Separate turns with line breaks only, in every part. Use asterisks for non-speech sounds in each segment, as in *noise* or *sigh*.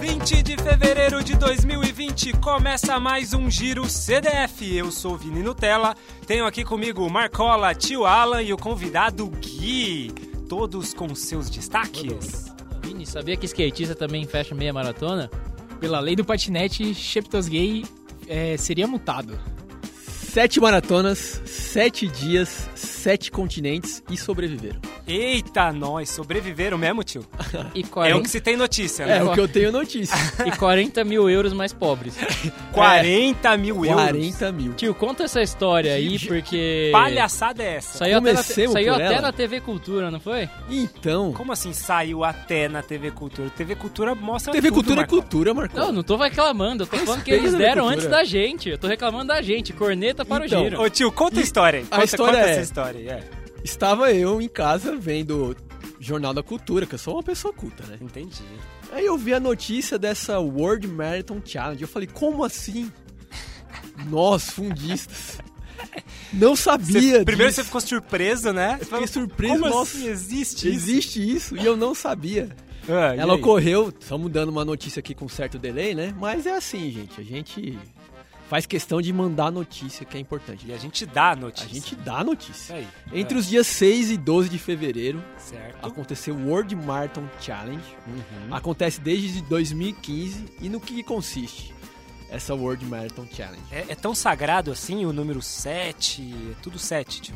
20 de fevereiro de 2020 começa mais um Giro CDF. Eu sou Vini Nutella, tenho aqui comigo o Marcola, tio Alan e o convidado Gui. Todos com seus destaques.
Vini, sabia que skatista também fecha meia maratona?
Pela lei do patinete, Sheptos Gay é, seria multado.
Sete maratonas, sete dias, sete continentes e sobreviveram.
Eita, nós sobreviveram mesmo, tio?
E
É o
40,
que se tem notícia,
É,
né?
o que eu
*laughs*
tenho notícia.
e 40 mil euros mais *laughs* pobres.
é.
40 mil euros.
40 mil.
Tio, conta essa história aí,
Que-
porque.
Palhaçada é essa?
Saiu até, na,
Comecemos
saiu
por
até
ela.
na TV Cultura, não foi?
Então,
Como assim saiu até na TV Cultura? TV Cultura mostra
TV
tudo,
Cultura é
Marcola.
cultura, Marcão.
Não, não tô reclamando, eu tô falando que
pega
eles
na
deram
cultura.
antes da gente. Eu tô reclamando da gente. Corneta para
Então,
o giro.
Ô tio, conta a história. aí. Conta,
história
conta
é-
essa história. aí, É.
Estava eu em casa vendo Jornal da Cultura, que eu sou uma pessoa culta, né?
Entendi.
Aí eu vi a notícia dessa World Marathon Challenge. Eu falei, como assim? Nós, fundistas. Não
Você-
sabia.
primeiro
disso.
você ficou surpreso, né? Você falou,
surpreso,
Como
nossa,
assim existe isso?
Existe isso e eu não sabia.
Ah, e
Ela
aí?
ocorreu, estamos dando uma notícia aqui com certo delay, né? Mas é assim, gente. A gente faz questão de mandar a notícia, que é importante.
E a gente dá a
A
notícia. É,
gente dá a
Isso
notícia.
aí.
Entre os dias 6 e 12 de fevereiro,
Ah, Certo.
aconteceu o World Marathon Challenge.
Uhum.
Acontece desde 2015 e no que consiste essa World Marathon Challenge?
É, é tão sagrado assim o número 7? É tudo 7, tio.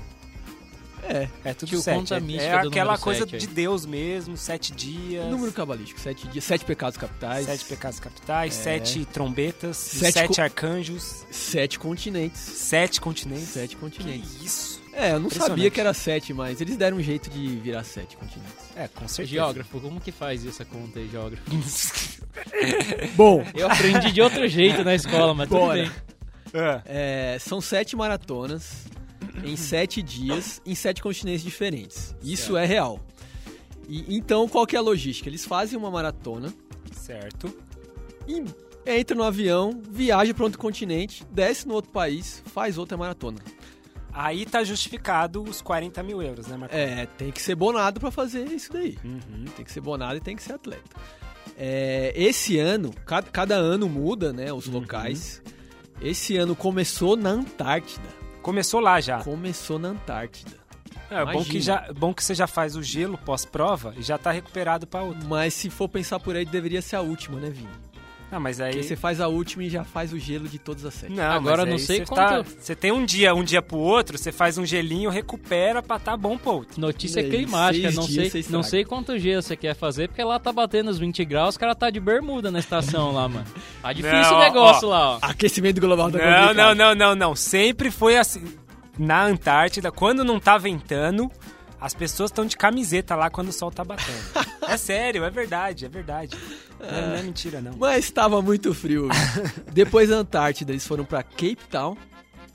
É,
É tudo
Tio,
7.
conta a
É,
mística
é
do número
aquela coisa
sete aí.
de Deus mesmo, sete dias.
número cabalístico, sete dias, sete pecados capitais,
É. Sete pecados capitais,
É.
sete trombetas, sete,
Sete co-
arcanjos,
sete continentes.
sete continentes.
Sete
Que
continentes.
isso?
É, eu não
Impressionante.
sabia que era sete, mas eles deram um jeito de virar sete continentes.
É, com certeza. *laughs*
Geógrafo, como que faz essa conta aí, geógrafo?
Bom,
Eu aprendi de outro jeito na escola, mas tudo
Bora.
bem.
É.
é, são sete maratonas em sete dias, em sete continentes diferentes. Isso é real. E, então, qual que é a logística? Eles fazem uma maratona,
Certo.
e entra no avião, viaja para outro continente, desce no outro país, faz outra maratona.
Aí tá justificado os 40 mil euros, né, Marcos?
É, tem que ser bonado para fazer isso daí.
Uhum.
Tem que ser bonado e tem que ser atleta. É, esse ano, cada, cada ano muda, né, os locais. Esse ano começou na Antártida.
Começou lá já.
Começou na Antártida.
É bom que,
Imagina.
já, bom que você já faz o gelo pós-prova e já tá recuperado pra outra.
Mas se for pensar por aí, deveria ser a última, né, Vini?
Ah, mas aí.
Porque você faz a última e já faz o gelo de todas as sete.
Não,
Agora
mas
eu não
aí
sei
você
quanto-
tá- Você tem um dia, um dia pro outro, você faz um gelinho, recupera pra tá bom pro outro.
Notícia
E aí,
climática,
seis
não
dias,
sei,
seis
não
traga.
sei quanto gelo você quer fazer, porque lá tá batendo os 20 graus, o cara tá de bermuda na estação lá, mano. Tá difícil
Não,
o
ó,
negócio lá, ó.
Aquecimento global da
Não, não, não, não, não. Sempre foi assim. Na Antártida, quando não tá ventando, as pessoas estão de camiseta lá quando o sol tá batendo. é sério, é verdade, é verdade. Não, é- não é mentira, não.
Mas estava
*laughs*
muito frio. Depois da Antártida, eles foram para Cape Town,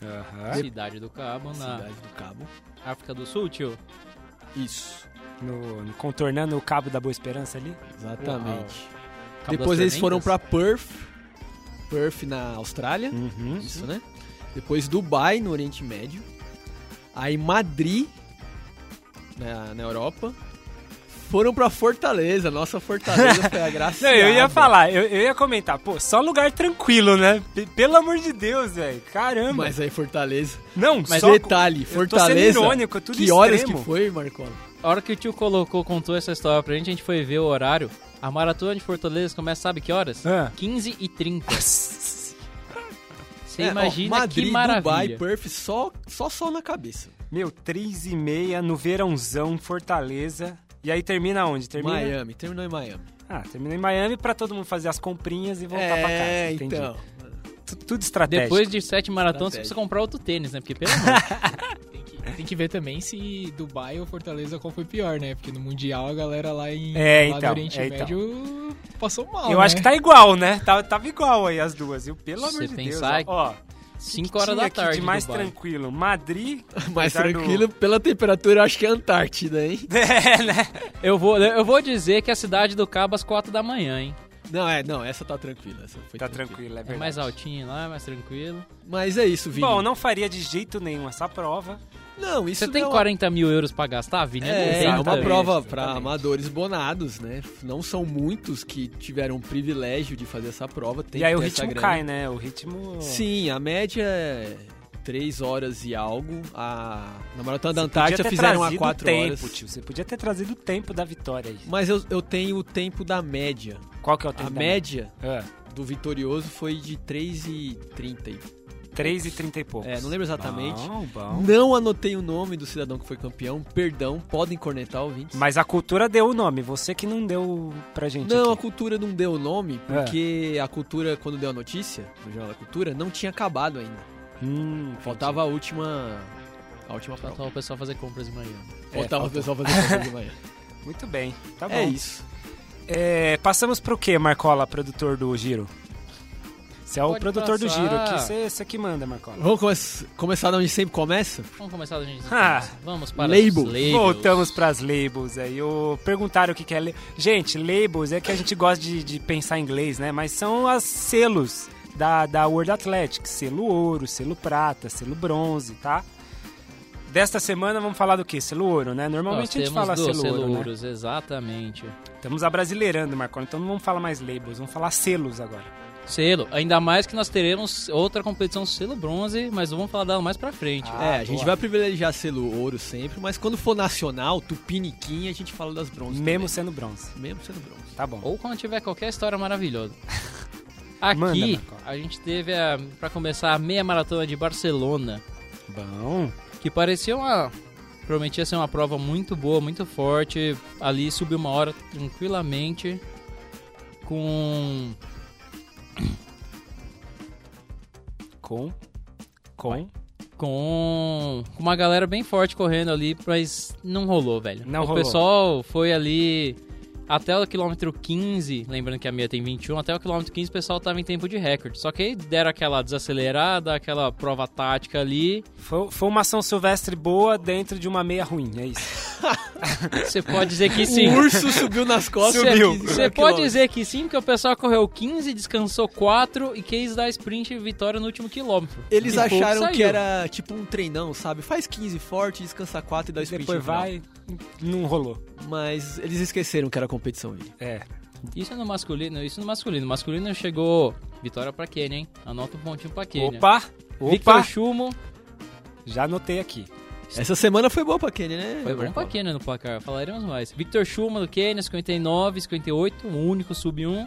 Aham.
Cidade do Cabo, na
cidade do Cabo.
África do Sul, tio.
Isso,
No- no- contornando o cabo da Boa Esperança ali.
exatamente.
Cabo
Depois
das
eles foram para
Tormentas.
Perth, Perth na Austrália,
Uhum.
isso né? Depois Dubai no Oriente Médio, aí Madrid né, na, na Europa. Foram para Fortaleza,
*laughs*
nossa Fortaleza foi a graça.
Não, eu ia falar, eu, eu ia comentar, pô, só lugar tranquilo, né? P- pelo amor de Deus, velho. Caramba.
Mas aí Fortaleza.
não,
Mas
só
detalhe,
Eu tô
Fortaleza.
sendo irônico, é tudo
que horas
extremo.
que foi, Marcola?
A hora que o tio colocou, contou essa história pra gente, a gente foi ver o horário. A maratona de Fortaleza começa, sabe que horas?
Ah.
15 e 30. Você
É, ó,
imagina
Madrid,
que
Dubai,
maravilha.
Perth, só, só sol na cabeça.
Meu, três e meia no verãozão, Fortaleza. E aí termina onde? Termina?
Miami, terminou em Miami.
Ah, termina em Miami pra todo mundo fazer as comprinhas e voltar pra casa.
é,
Entendi.
então.
Tu- Tudo estratégico.
Depois de sete maratonas, você
Estratégia.
precisa comprar outro tênis, né? Porque pelo amor,
*laughs* Tem que, tem que ver também se Dubai ou Fortaleza qual foi pior, né? Porque no Mundial a galera lá em
É,
lá do
então,
Oriente
é, então.
Médio passou mal.
Eu
né?
acho que tá igual, né? Tá- Tava igual aí as duas, viu? Pelo
Se
amor
você
de
pensar
Deus. Ó, ó,
5
que
horas
tinha
da
aqui
tarde.
De mais
Dubai.
tranquilo. Madrid.
*laughs* Mais
apesar do-
tranquilo, pela temperatura, eu acho que é Antártida, hein?
*laughs* É, né?
Eu vou, eu vou dizer que a cidade do Cabo é às 4 da manhã, hein?
Não, é, não, essa tá tranquila. Essa foi
Tá
tranquila.
tranquilo, é
É
verdade.
mais altinho lá, é mais tranquilo.
Mas é isso, Vini.
Bom, não faria de jeito nenhum essa prova.
Não, isso
Você tem
não
40 mil euros pra gastar, Vini?
É, é
não tem
uma
também.
prova para
exatamente.
amadores bonados, né? Não são muitos que tiveram o privilégio de fazer essa prova. Tem
e aí
que
o
ter essa
ritmo
grana.
cai, né? O ritmo.
Sim, a média é 3 horas e algo. A... Na Maratona da
Podia
Antártida
ter
fizeram a
trazido
4
tempo, tipo.
horas.
tio. Você podia ter trazido o tempo da vitória aí.
Mas eu, eu tenho o tempo da média.
Qual que é o tempo?
A
da
média
Ah,
do vitorioso foi de 3 e 30.
3 e 30 e poucos.
É, não lembro exatamente.
Bom, bom.
Não anotei o nome do cidadão que foi campeão. Perdão, podem cornetar ouvintes.
Mas a cultura deu o nome, você que não deu pra gente.
Não,
aqui.
a
É.
cultura não deu o nome, porque a cultura, quando deu a notícia, no Jornal da Cultura, não tinha acabado ainda.
Hum, entendi.
Faltava a última. A última prova.
Faltava o pessoal fazer compras de manhã.
Faltava o pessoal fazer prova de manhã.
Muito bem, é, *laughs* tá bom.
é isso.
É, passamos pro quê, Marcola, produtor do Giro? Você é o
Pode
produtor do
passar.
Giro, que você, você que manda, Marcola.
Vamos come- começar da onde sempre começa?
Vamos começar, gente.
Ah.
Vamos para
Label.
os labels.
Voltamos pras labels aí. Eu perguntaram o que, que é. la- Gente, labels é que a gente gosta de, de pensar em inglês, né? Mas são as selos da, da World Athletics: selo ouro, selo prata, selo bronze, tá? Desta semana vamos falar do quê? Selo ouro, né?
Nós
Normalmente a gente
temos
fala
dois
selo ouro. Né?
selouros, exatamente.
Estamos abrasileirando, Marcola, então não vamos falar mais labels, vamos falar selos agora.
Selo. Ainda mais que nós teremos outra competição selo bronze, mas vamos falar dela mais pra frente.
Ah,
é, a gente
boa.
vai privilegiar selo ouro sempre, mas quando for nacional, tupiniquim, a gente fala das bronze.
Mesmo sendo bronze.
também. mesmo sendo bronze.
Tá bom.
Ou quando tiver qualquer história maravilhosa. *laughs* Aqui,
Manda, Marcola.
a gente teve, a, pra começar, a meia maratona de Barcelona,
Bom.
que parecia uma... Prometia ser uma prova muito boa, muito forte. Ali subiu uma hora tranquilamente, com...
Com. Com.
com com uma galera bem forte correndo ali, mas não rolou, velho.
Não
o
rolou.
pessoal foi ali até o quilômetro 15, lembrando que a minha tem 21, até o quilômetro 15 o pessoal tava em tempo de recorde. Só que aí deram aquela desacelerada, aquela prova tática ali.
Foi, foi uma ação silvestre boa dentro de uma meia ruim, é isso.
Você pode dizer que
*laughs*
sim.
O urso subiu nas costas.
*laughs*
Você-
Subiu. É
Você pode dizer que sim, porque o pessoal correu 15, descansou 4 e quis dar sprint e vitória no último quilômetro.
Eles
E foi o
acharam que
saiu.
era tipo um treinão, sabe? Faz 15 forte, descansa 4 e dá sprint.
Depois
no final.
vai, não rolou.
Mas eles esqueceram que era competição, Vini.
É.
Isso no masculino, isso no masculino. Masculino chegou vitória pra Kenya, hein? Anota um pontinho pra Kenya.
Opa, opa,
Victor Schumo.
já anotei aqui.
Essa semana foi boa pra Kenny, né?
Foi bom
Marcola?
pra Kenya no placar, falaremos mais. Victor Schumann do Kenya, 59, 58, o um único sub-1.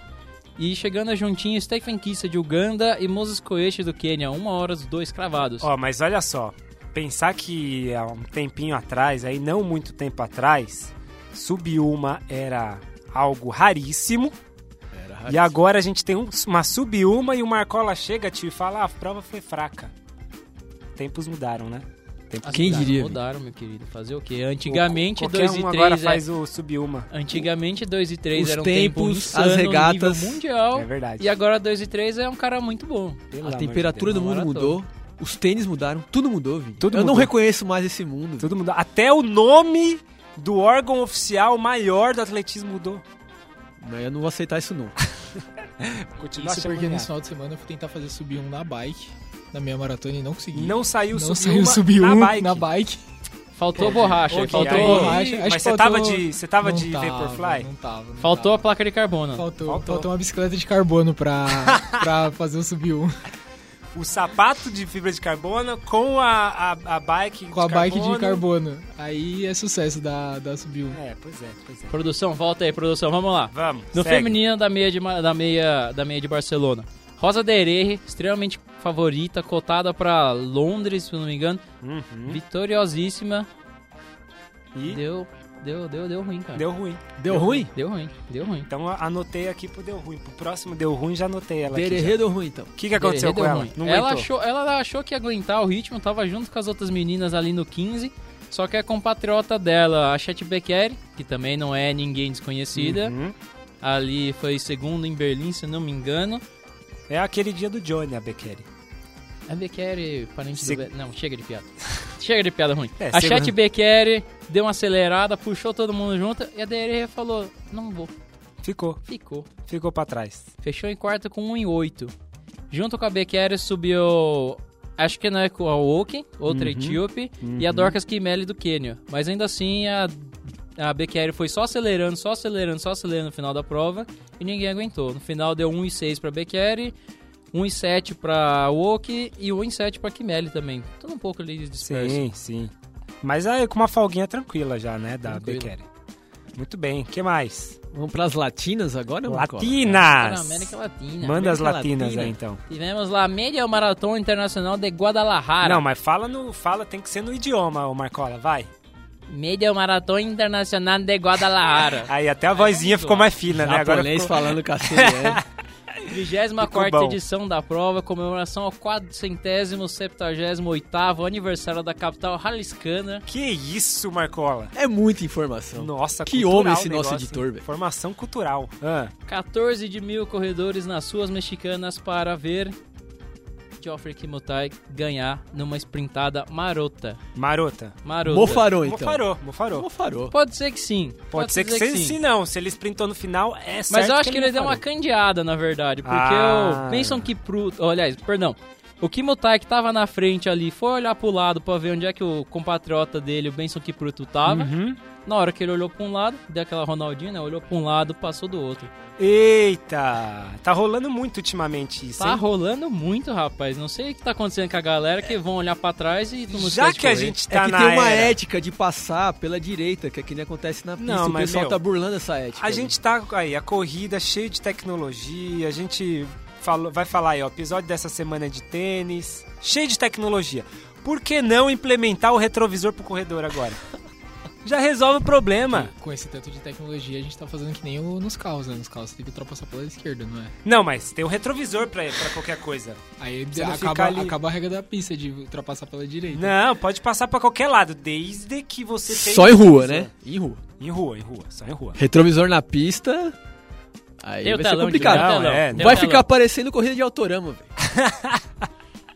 E chegando juntinho, Stephen Kissa de Uganda e Moses Koeche do Quênia, uma hora dos dois cravados.
Ó, mas olha só, pensar que há um tempinho atrás, aí não muito tempo atrás, Subiúma era algo raríssimo,
Era
e
raríssimo.
agora a gente tem um- uma Subiúma e o Marcola chega, tio, e fala, ah, a prova foi fraca. Tempos mudaram, né?
As
quem
mudaram-
diria?
Mudaram, meu querido. Fazer o quê? Antigamente,
O- qualquer
2
um
e é.
agora
3
faz o Subiúma.
Antigamente 2 e 3
Os
eram tempo
tempos,
insano,
as regatas.
nível mundial.
É verdade.
e agora 2 e 3 é um cara muito bom.
Pelo amor
A
de
temperatura
Deus.
do mundo
maratona.
mudou, os tênis mudaram, tudo mudou, Vini.
Tudo
Eu não
mudou.
reconheço mais esse mundo.
Tudo mudou. Até o nome do órgão oficial maior do atletismo mudou.
Mas Eu não vou aceitar
*laughs*
isso não.
Continua
Isso
achando
porque no
errado.
final de semana eu fui tentar fazer subir um na bike, na meia maratona e não consegui.
Não saiu
não
subiu
saiu
uma
subir
na
um
bike.
na bike.
Faltou borracha,
Ok,
faltou,
aí-
borracha. Acho
Mas
que
você
faltou-
tava de, você tava
Não né?
de Vaporfly?
Não tava. não
faltou a
tava.
placa de carbono.
Faltou,
Faltou.
faltou. uma bicicleta de
*laughs*
carbono pra, pra fazer o subir um.
O sapato de fibra de carbono com a, a, a bike
Com a bike de carbono. Aí é sucesso da, da subir um.
É, pois é, pois é.
Produção, volta aí, produção, vamos lá.
Vamos,
No
segue.
feminino da meia, de, Ma- da, meia, da meia de Barcelona. Rosa Dererre, extremamente favorita, cotada pra Londres, se eu não me engano.
Uhum.
Vitoriosíssima.
E
Deu, deu, deu, deu ruim, cara.
deu ruim.
Deu ruim?
Deu ruim, deu ruim.
Então eu anotei aqui pro deu ruim. Pro próximo deu ruim, já anotei ela aqui. já.
Dererê deu ruim então.
O que, que aconteceu
Dererê
com
deu
ela?
ruim.
Não
ela,
aguentou.
achou, ela achou que ia aguentar o ritmo, tava junto com as outras meninas ali no 15. Só que a compatriota dela, a Chet Becker, que também não é ninguém desconhecida,
Uhum.
ali foi segundo em Berlim, se eu não me engano.
É aquele dia do Johnny, a Bequeri.
A Bequeri, parente
Se-
do... Be- Não, chega de piada. chega de piada ruim.
É,
a
segura-
chat Bequeri deu uma acelerada, puxou todo mundo junto e a DR falou, não vou.
Ficou,
Ficou.
ficou pra trás.
um Fechou em quarto com 1 em 8. Junto com a Bequeri subiu acho que não é com a Woken, outra
Uhum.
etíope, e a Dorcas Kimeli do Quênia. Mas ainda assim, a, a BQR foi só acelerando, só acelerando, só acelerando no final da prova, e ninguém aguentou. No final deu 1,6 pra BQR, 1,7 pra Woken e 1,7 pra Kimeli também. Tudo um pouco ali disperso.
Sim, sim. Mas aí com uma folguinha tranquila já, né, da
Tranquilo.
Becker. Muito bem, que mais?
Vamos pras latinas agora,
Para a
Marcola?
Latinas!
América é Latina.
Manda as
América
latinas
Latina.
aí, então.
Tivemos lá a Media Maratona Internacional de Guadalajara.
Não, mas fala no. Fala, tem que ser no idioma, ô Marcola, vai.
Media Maratona Internacional de Guadalajara.
Aí até a vozinha ficou mais fina, né? Agora
Japonês
ficou... *laughs*
falando castelhano.
24
bom.
edição da prova, comemoração ao 478 aniversário da capital jaliscana.
Que isso, Marcola?
É muita informação.
Nossa,
Que
cultural
homem
o
esse nosso
negócio,
editor,
hein?
velho.
Formação cultural. Ah,
14 de mil corredores nas suas mexicanas para ver Geoffrey Kimotai ganhar numa sprintada marota.
marota.
Marota.
Mofarou, então.
Mofarou, mofarou.
Mofarou.
Pode ser que sim.
Pode, ser que, se, se não, se ele sprintou no final, é certo.
Mas eu acho que ele, deu
mofarou.
uma candeada, na verdade, porque
Ah.
o Mason Kipruto, oh, aliás, perdão, o Kimotai que tava na frente ali foi olhar pro lado pra ver onde é que o compatriota dele, o Benson Kipruto, tava.
Uhum.
Na hora que ele olhou pra um lado, deu aquela Ronaldinho, né? Olhou pra um lado, passou do outro.
Eita! Tá rolando muito ultimamente isso,
Tá
hein?
rolando muito, rapaz. Não sei o que tá acontecendo com a galera que vão olhar pra trás e tu não
Já
sei
que a
correr.
gente tá
é que
na
tem uma
era-
ética de passar pela direita, que é que nem acontece na pista.
Não,
o
mas,
pessoal
meu,
tá burlando essa ética.
A gente tá aí, a corrida cheia de tecnologia, a gente falou, vai falar aí, ó, episódio dessa semana de tênis, cheio de tecnologia. Por que não implementar o retrovisor pro corredor agora? Já resolve o problema.
Com esse tanto de tecnologia, a gente tá fazendo que nem o- nos carros, né? Nos carros você tem que ultrapassar pela esquerda, não é?
Não, mas tem o retrovisor pra, pra qualquer coisa.
Aí
Você não fica
acaba,
ali-
acaba a regra da pista de ultrapassar pela direita.
Não, pode passar pra qualquer lado, desde que você tenha.
Só em rua,
retrovisor.
né? Em rua.
Em rua, em rua, só em rua.
Retrovisor na pista. Aí
Tem o
vai ser
telão de
complicado. né?
Não,
telão,
é,
tem
não.
o
vai
telão.
ficar parecendo corrida de autorama, velho.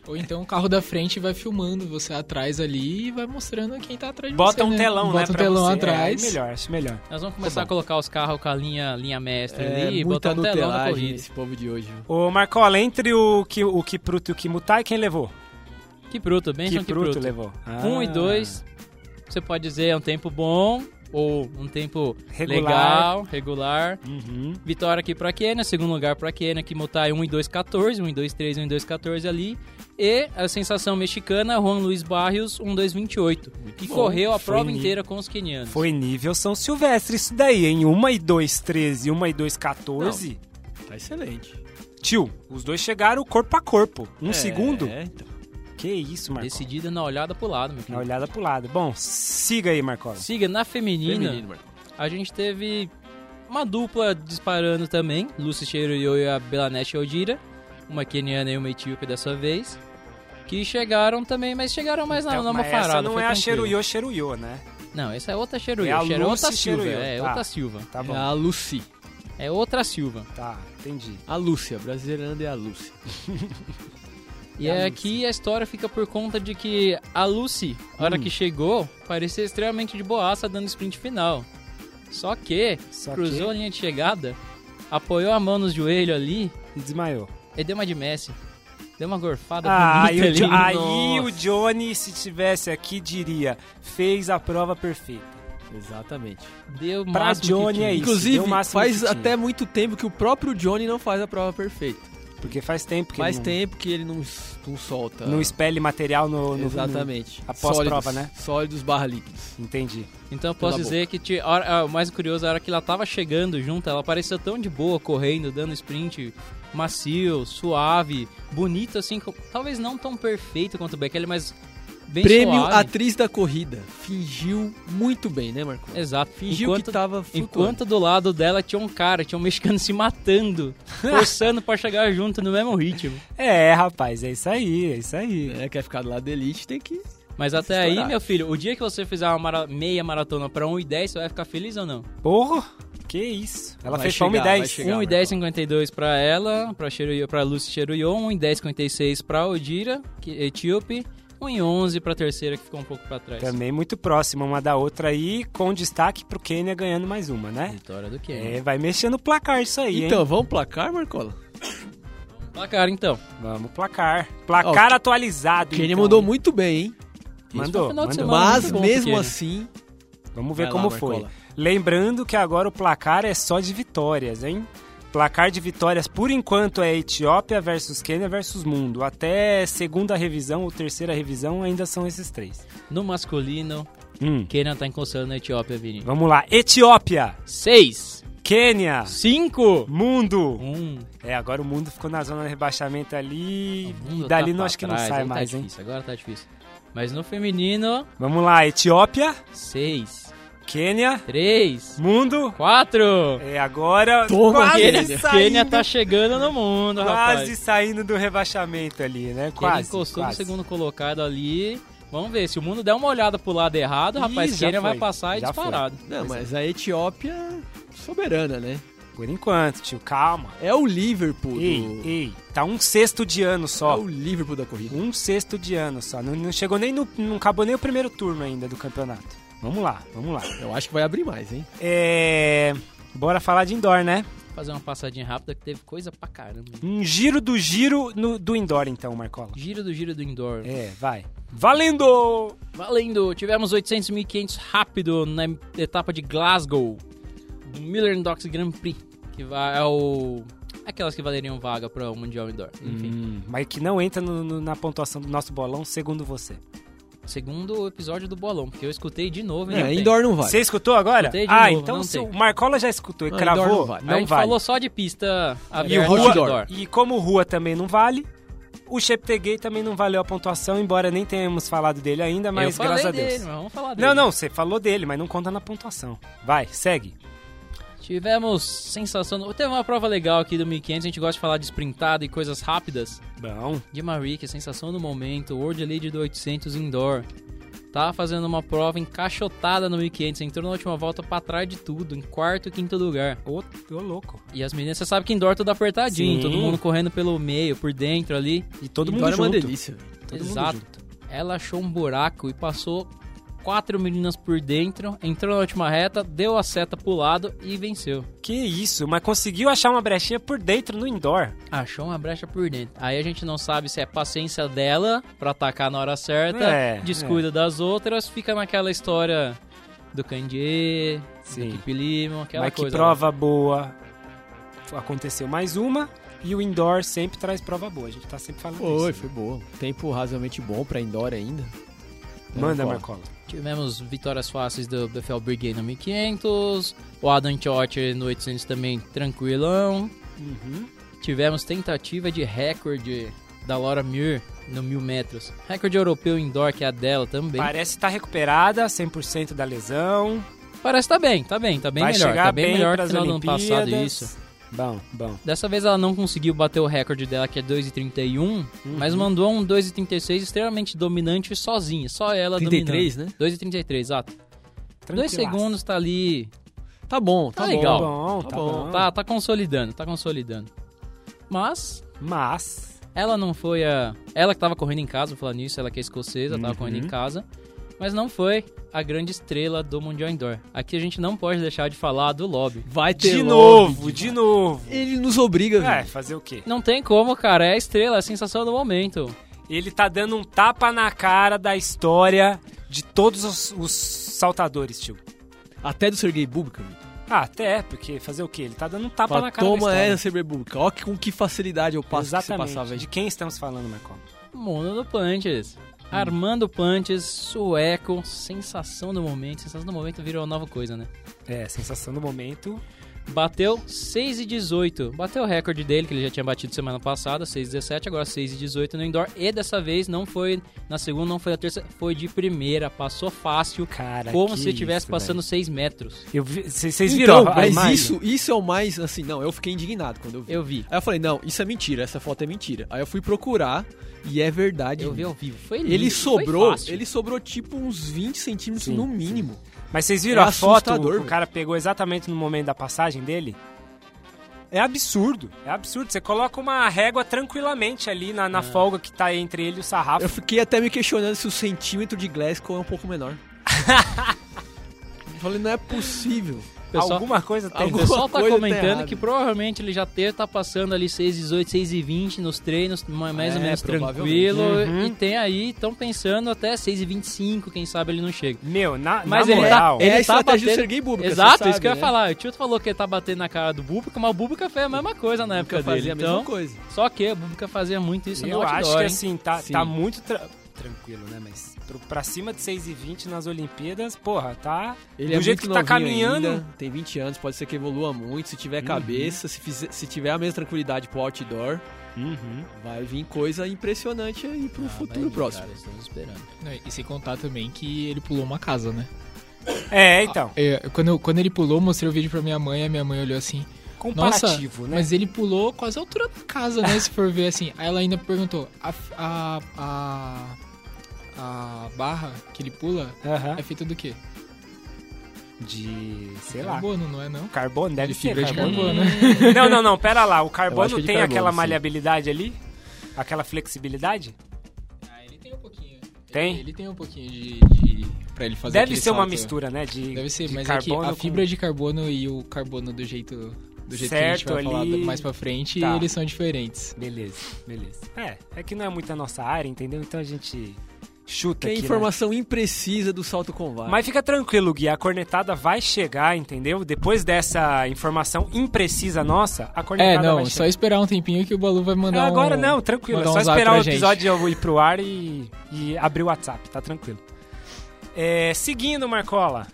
Ou então o carro da frente vai filmando você atrás ali e vai mostrando quem tá atrás de você.
Bota um
né?
telão, né?
Bota um
pra
telão
você. É,
atrás.
É, melhor, acho melhor.
Nós vamos começar a colocar os carros com a linha, linha mestra
É,
ali e
muita
botar um telão na
nutelagem
corrida.
esse povo de hoje. viu?
Ô, Marcola, entre o, Ki- o Kipruto e o Kimutai, quem levou?
Kipruto, Benson Kipruto.
levou. Ah.
1 um e 2, você pode dizer é um tempo bom ou um tempo
Regular.
legal, regular.
Uhum.
Vitória aqui pra Kenia, segundo lugar pra Kenia, que Mutai 1 e 2, 14, 1 e 2, 3, 1 e 2, 14 ali. E a sensação mexicana, Juan Luiz Barrios, 1 2, 28, que
bom.
correu a
Foi
prova
nível.
inteira com os quenianos.
Foi nível São Silvestre isso daí, hein? 1 e 2, 13, 1 e 2, 14.
Tá excelente.
Tio, os dois chegaram corpo a corpo. Um
É,
segundo?
É, então.
Que isso, Marcola.
Decidida na olhada pro lado, meu
Na
querido.
olhada pro lado. Bom, siga aí, Marcola.
Siga, na feminina,
Feminino, mano.
a gente teve uma dupla disparando também, Lucy Cheiro e a Belanete Aldira, uma queniana e uma etíope dessa vez, que chegaram também, mas chegaram mais na,
Então,
na
mas
mofarada.
essa não
foi
é a
tranquilo.
Cheruyo Cheruyo, né?
Não, essa é outra Cheruyo.
É a
Cheruyo É outra
Lucy
Silva.
Cheruyo,
É
tá.
outra Silva.
Tá bom.
É a Lucy.
É outra Silva.
Tá, entendi.
A Lúcia. Brasileirando é a Lúcia.
E
É a
é
Lucy.
aqui a história fica por conta de que a Lucy, a
Hum.
hora que chegou, parecia extremamente de boaça dando sprint final. Só que
Só
cruzou a linha de chegada, apoiou a mão nos joelhos ali
que desmaiou.
e deu uma de Messi. Deu uma gorfada
Ah, aí,
bonita
o, Jo-
ali.
aí o
Nossa.
Johnny, se tivesse aqui, diria: fez a prova perfeita.
Exatamente.
Deu o
pra
máximo que
Johnny
tinha.
é isso.
Inclusive,
deu o máximo
faz
que tinha.
até muito tempo que o próprio Johnny não faz a prova perfeita.
Porque faz tempo que
faz
ele não,
tempo que ele não, s- não solta.
não expele material no. no
Exatamente.
no- após
Sólidos-
prova, né?
Sólidos barra líquidos.
no- Entendi.
Então eu posso
Pela
dizer que te- a hora- ah, o mais curioso, a hora que ela tava chegando junto, ela parecia tão de boa, correndo, dando sprint macio, suave, bonito assim, co- talvez não tão perfeito quanto o Bekele, mas bem
Prêmio
suave.
Atriz da Corrida. Fingiu muito bem, né, Marco?
Exato.
Fingiu
enquanto,
que tava flutuando.
enquanto do lado dela tinha um cara, tinha um mexicano *laughs* se matando, forçando pra chegar junto no mesmo ritmo.
É, rapaz, é isso aí, é isso aí.
É, quer ficar do lado da elite, tem que...
Mas até aí,
Estourado.
meu filho, o dia que você fizer uma mara- meia maratona pra 1,10, você vai ficar feliz ou não?
Porra, que isso. Ela
Vai
fez só 1 e
chegar, vai
10.
chegar.
1 e 10, 52 pra ela, pra, Cheruyo, pra Lucy Cheruyo, 1 e 10, 56 pra Odira, que, etíope, 1 e 11 pra terceira, que ficou um pouco pra trás.
Também muito próxima uma da outra aí, com destaque pro Kenya ganhando mais
É.
uma, né?
Vitória do que?
É, vai mexer no placar isso aí, hein?
Então, vamos placar, Marcola?
Placar, então.
Vamos placar. Placar
Ó,
atualizado.
Kenny
então.
mandou muito bem, hein?
Isso foi
Mandou,
final de
mandou.
semana,
Mas
muito bom,
mesmo
Kenny.
assim.
Vamos ver
Vai lá,
como foi.
Marcola.
Lembrando que agora o placar é só de vitórias, hein? Placar de vitórias por enquanto é Etiópia versus Quênia versus Mundo. Até segunda revisão ou terceira revisão ainda são esses três.
No masculino,
Hum,
Kenya tá encostando na Etiópia, Vini.
Vamos lá. Etiópia,
6,
Quênia,
5,
Mundo.
1.
É, agora o Mundo ficou na zona de rebaixamento ali.
tá
E dali não acho que não sai mais, hein?
Agora tá difícil. Mas no feminino,
Vamos lá. Etiópia,
6,
Quênia,
3,
Mundo.
4.
É, agora
Toma,
quase
Kenya,
saindo.
Kenya tá chegando no mundo, rapaz.
Quase saindo do rebaixamento ali, né?
Kenya
Quase.
encostou
quase.
no segundo colocado ali. Vamos ver, se o mundo der uma olhada pro lado errado,
Ih,
rapaz,
já
Kenya vai
foi,
passar e
já foi.
disparado.
Não, mas
é.
a Etiópia soberana, né?
Por enquanto, tio, calma.
É o Liverpool.
Ei,
do-
ei, tá um sexto de ano
É
só.
o Liverpool da corrida.
Um sexto de ano só. Não, não chegou nem no. Não acabou nem o primeiro turno ainda do campeonato. Vamos lá, vamos lá.
Eu acho que vai abrir mais, hein?
É. Bora falar de indoor, né?
Fazer uma passadinha rápida que teve coisa pra caramba.
Um giro do giro no- do indoor, então, Marcola.
Giro do giro do indoor.
É, vai. Valendo!
Valendo! Tivemos 800 e 1.500 rápido na etapa de Glasgow. do Miller Docks Grand Prix. Que vai, é o... Aquelas que valeriam vaga para o Mundial Indoor. Enfim.
Hum, mas que não entra no- no- na pontuação do nosso bolão, segundo você. Hum.
Segundo episódio do Bolão, porque eu escutei de novo. e
É,
tem.
indoor não vai.
Você escutou agora?
Escutei de
ah,
novo,
então
não
se
tem.
o Marcola já escutou e
Não,
cravou,
indoor não vale.
A gente falou só de pista
É, E, o
aberta.
rua,
outdoor.
e como rua também não vale, o Cheptegei também não valeu a pontuação, embora nem tenhamos falado dele ainda,
eu
mas
falei
graças a
dele,
Deus.
mas vamos falar dele.
Não, não, você falou dele, mas não conta na pontuação. Vai, segue.
Tivemos sensação... Teve uma prova legal aqui do 1.500, a gente gosta de falar de sprintada e coisas rápidas.
Bom,
de Marie, que é sensação do momento, World Lead do 800 indoor. Tava fazendo uma prova encaixotada no 1500, entrou na última volta pra trás de tudo, em quarto e quinto lugar.
ô, ô louco.
E as meninas, você sabe que indoor é tudo apertadinho,
Sim.
todo mundo correndo pelo meio, por dentro ali.
E todo
indoor
mundo
é uma
junto.
delícia. velho.
Todo mundo
Exato. Ela achou um buraco e passou quatro meninas por dentro, entrou na última reta, deu a seta pro lado e venceu.
Que isso, mas conseguiu achar uma brechinha por dentro no indoor.
Achou uma brecha por dentro. Aí a gente não sabe se é paciência dela pra atacar na hora certa,
É,
descuida das outras, fica naquela história do Kandê,
Sim.
do Kip Limon, aquela
mas que
coisa. né?
prova boa. Aconteceu mais uma. E o indoor sempre traz prova boa. A gente tá sempre falando
Foi,
isso.
foi boa. Tempo razoavelmente bom pra indoor ainda. Então,
Manda,
ó,
Marcola.
lá. Tivemos vitórias fáceis do Befel Brigade no 1500, o Adam Chott no 800 também tranquilão.
Uhum.
Tivemos tentativa de recorde da Laura Muir no 1000 metros. Recorde europeu indoor, que é a dela também.
Parece estar recuperada, 100% da lesão.
Parece que tá bem, tá bem, tá bem
Vai
melhor.
chegar
Tá bem, melhor que o
pras
final do ano passado
Olimpíadas.
isso.
Bom, bom.
Dessa vez ela não conseguiu bater o recorde dela, que é 2,31,
Uhum.
mas mandou um 2,36 extremamente dominante sozinha, só ela
33, né?
dominando. 2,33, exato. Dois
Tranquilaço.
segundos tá ali,
Tá bom, tá,
Tá
bom.
Tá
legal.
bom, tá,
Tá
bom.
bom.
tá, tá consolidando, tá consolidando. Mas
Mas,
ela não foi a... Ela que tava correndo em casa, vou falar nisso, ela que é escocesa, tava
Uhum.
correndo em casa, mas não foi a grande estrela do Mundial Indoor. Aqui a gente não pode deixar de falar do lobby.
Vai ter
de
lobby,
novo,
Didi.
de novo.
Ele nos obriga,
É,
velho.
fazer o quê?
Não tem como, cara, é a estrela, é a sensação do momento.
Ele tá dando um tapa na cara da história de todos os, os saltadores, tio.
Até do Sergei Bubka. velho.
Ah, até, porque fazer o quê? Ele tá dando um tapa
Fala,
na cara
Toma
da história.
essa, Sergei Bubka. Ó que- com que facilidade eu passo que você
Exatamente.
passava aí.
de quem estamos falando, Marcola?
Mundo do Pantes. Armando Pantes, sueco, sensação do momento. Sensação do momento virou uma nova coisa, né?
É, sensação do momento.
Bateu 6 e 18. Bateu o recorde dele, que ele já tinha batido semana passada, 6 e 17, agora 6 e 18 no indoor. E dessa vez não foi na segunda, não foi na terça, foi de primeira. Passou fácil,
Cara,
como
que
se estivesse
isso,
passando 6 metros.
velho. Eu vi- c- Vocês viram
Então,
a- a
mas
imagem?
isso, isso é o mais, assim, não, eu fiquei indignado quando eu vi.
Eu vi.
Aí eu falei, não, isso é mentira, essa foto é mentira. Aí eu fui procurar e é verdade.
Eu vi ao vivo. Foi lindo.
Ele sobrou,
Foi
ele sobrou tipo uns 20 centímetros
Sim,
no
sim.
mínimo.
Mas vocês viram
É
a foto?
assustador,
O
velho.
cara pegou exatamente no momento da passagem dele. É absurdo, é absurdo. Você coloca uma régua tranquilamente ali na, na folga que tá entre ele e o sarrafo.
Eu fiquei até me questionando se
*laughs*
o centímetro de Glasgow é um pouco menor. Eu falei, não é possível.
pessoal,
Alguma coisa tem.
o
Alguma
pessoal *laughs* tá
coisa tá
comentando
errada.
que provavelmente ele já ter, tá passando ali 6,18, 6,20 nos treinos, ma- mais ou
É,
menos
provavelmente.
tranquilo.
Uhum.
E tem aí, estão pensando até 6,25, quem sabe ele não chega.
Meu, na,
Mas
na
ele tá,
moral.
É
ele
a
tá
estratégia do
batendo...
Serguei Búbica,
Exato,
você
isso que eu ia
sabe, né?
falar. O tio falou que ele tá batendo na cara do Búbica, mas o Búbica fez a mesma coisa na época
Nunca fazia
dele.
a mesma
Então,
coisa.
só que o Búbica fazia muito isso
eu
no outdoor,
acho que
hein?
assim, tá,
Sim.
tá muito tra- tranquilo, né? Mas pro- pra cima de 6,20 nas Olimpíadas, porra, tá.
Ele
do
é
jeito
muito
que tá
novinho
caminhando.
ainda, tem 20 anos, pode ser que evolua muito. Se tiver cabeça, se, fizer- se tiver a mesma tranquilidade pro outdoor, vai vir coisa impressionante aí pro
Ah, vai
futuro
vir,
próximo.
cara, estamos esperando.
Não, e sem contar também que ele pulou uma casa, né?
É, então.
É, quando, quando ele pulou, eu mostrei o vídeo pra minha mãe, a minha mãe olhou assim,
Comparativo, né?
mas ele pulou quase a altura da casa, né? se for ver assim. Aí ela ainda perguntou, a, f- a, a, a barra que ele pula
Aham.
é feita do quê?
De. sei lá.
Carbono, não é não?
Carbono, deve
De
ser.
fibra de
carbono.
carbono, né?
Não, não, não, pera lá. O
Eu
carbono
acho que é
tem
de carbono,
aquela
sim.
maleabilidade ali? Aquela flexibilidade?
Ah, ele tem um pouquinho.
Tem?
Ele, tem um pouquinho de... de pra ele fazer
Deve
aquele
ser uma
salto. é.
mistura, né? De,
Deve ser,
de
mas é que
carbono
a
com-
fibra de carbono e o carbono do jeito, do jeito que
Certo,
a gente vai
ali-
falar mais pra frente,
Tá.
eles são diferentes.
Beleza, beleza. É, é que não é muito a nossa área, entendeu? Então a gente chuta
Tem
é
aqui, né?
informação imprecisa do salto com vara.
Mas fica tranquilo, Gui, a cornetada vai chegar, entendeu? Depois dessa informação imprecisa nossa, a
É,
cornetada
não,
vai
só
chegar.
esperar um tempinho que o Balu vai mandar um-
agora não, tranquilo. É
mandar
só
um zap
esperar
pra
o
gente.
episódio eu ir pro ar e, e abrir o WhatsApp, tá tranquilo. É, seguindo, Marcola.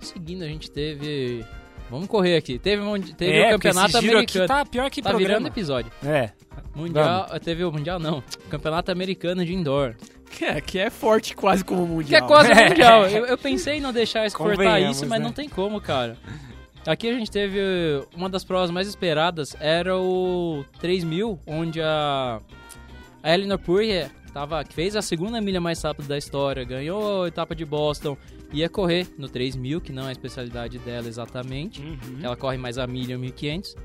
Seguindo, a gente teve... Vamos correr aqui. Teve, um- teve
é,
o
porque
campeonato
esse giro
americano.
aqui tá pior que
tá virando
programa.
episódio.
É,
Mundial, eh, teve o Mundial não, Campeonato Americano de Indoor.
Que é, que é forte quase como o Mundial.
Que é quase o Mundial. Eu, eu pensei em não deixar exportar
Convenhamos,
isso, mas
né?
não tem como, cara. Aqui a gente teve eh, uma das provas mais esperadas, era o 3000, onde a, a Eleanor Purrier tava, que fez a segunda milha mais rápida da história, ganhou a etapa de Boston, ia correr no 3000, que não é a especialidade dela exatamente.
Uhum.
Ela corre mais a milha 1500.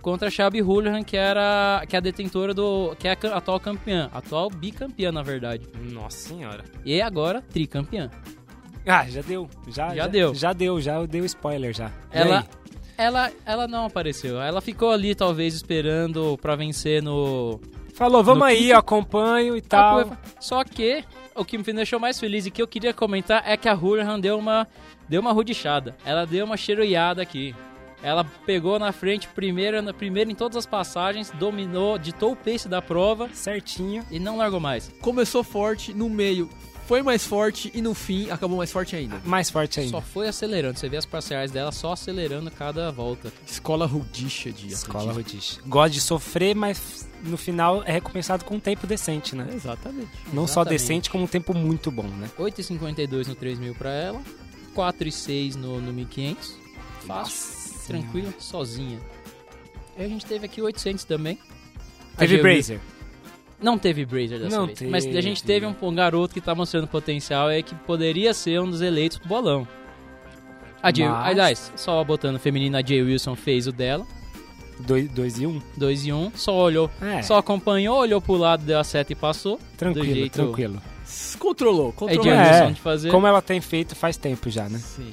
Contra a Shelby Houlihan, que era que é a detentora do. que é a ca- atual campeã. Atual bicampeã, na verdade.
Nossa senhora.
E agora tricampeã.
Ah, já deu. Já,
Já deu.
Já deu, já deu spoiler já. E
Ela,
aí?
ela, ela não apareceu. Ela ficou ali, talvez, esperando pra vencer no.
Falou, vamos
No
aí, eu acompanho e tal.
Só que o que me deixou mais feliz e que eu queria comentar é que a Houlihan deu uma. deu uma rudichada. Ela deu uma cheiroiada aqui. Ela pegou na frente, primeira, na primeira em todas as passagens, dominou, ditou o pace da prova.
Certinho.
E não largou mais.
Começou forte, no meio foi mais forte e no fim acabou mais forte ainda.
Mais forte ainda.
Só foi acelerando. Você vê as parciais dela só acelerando cada volta.
Escola rudicha de
Escola
atletismo.
Rodízio. Gosta de sofrer, mas no final é recompensado com um tempo decente, né?
Exatamente.
Não só
Exatamente.
decente, como um tempo muito bom, né?
8,52 no 3.000 pra ela. 4,6 no, no 1.500. Fácil, tranquilo, sozinha. E a gente teve aqui 800 também. A
Teve
Geo-
Brazer.
Não teve Brazer dessa
Não
vez. Mas a gente
teve.
teve um, um garoto que tá mostrando potencial e que poderia ser um dos eleitos pro bolão. A Jay,
Mas-
Aliás, só botando feminina, a Jay Wilson fez o dela.
2 e 1. Um.
2 e 1. Só olhou.
É,
Só acompanhou, olhou pro lado, deu a seta e passou.
tranquilo,
jeito-
tranquilo.
Controlou,
É
controlou.
Jay
É,
Wilson de fazer.
Como ela tem feito faz tempo já, né?
Sim.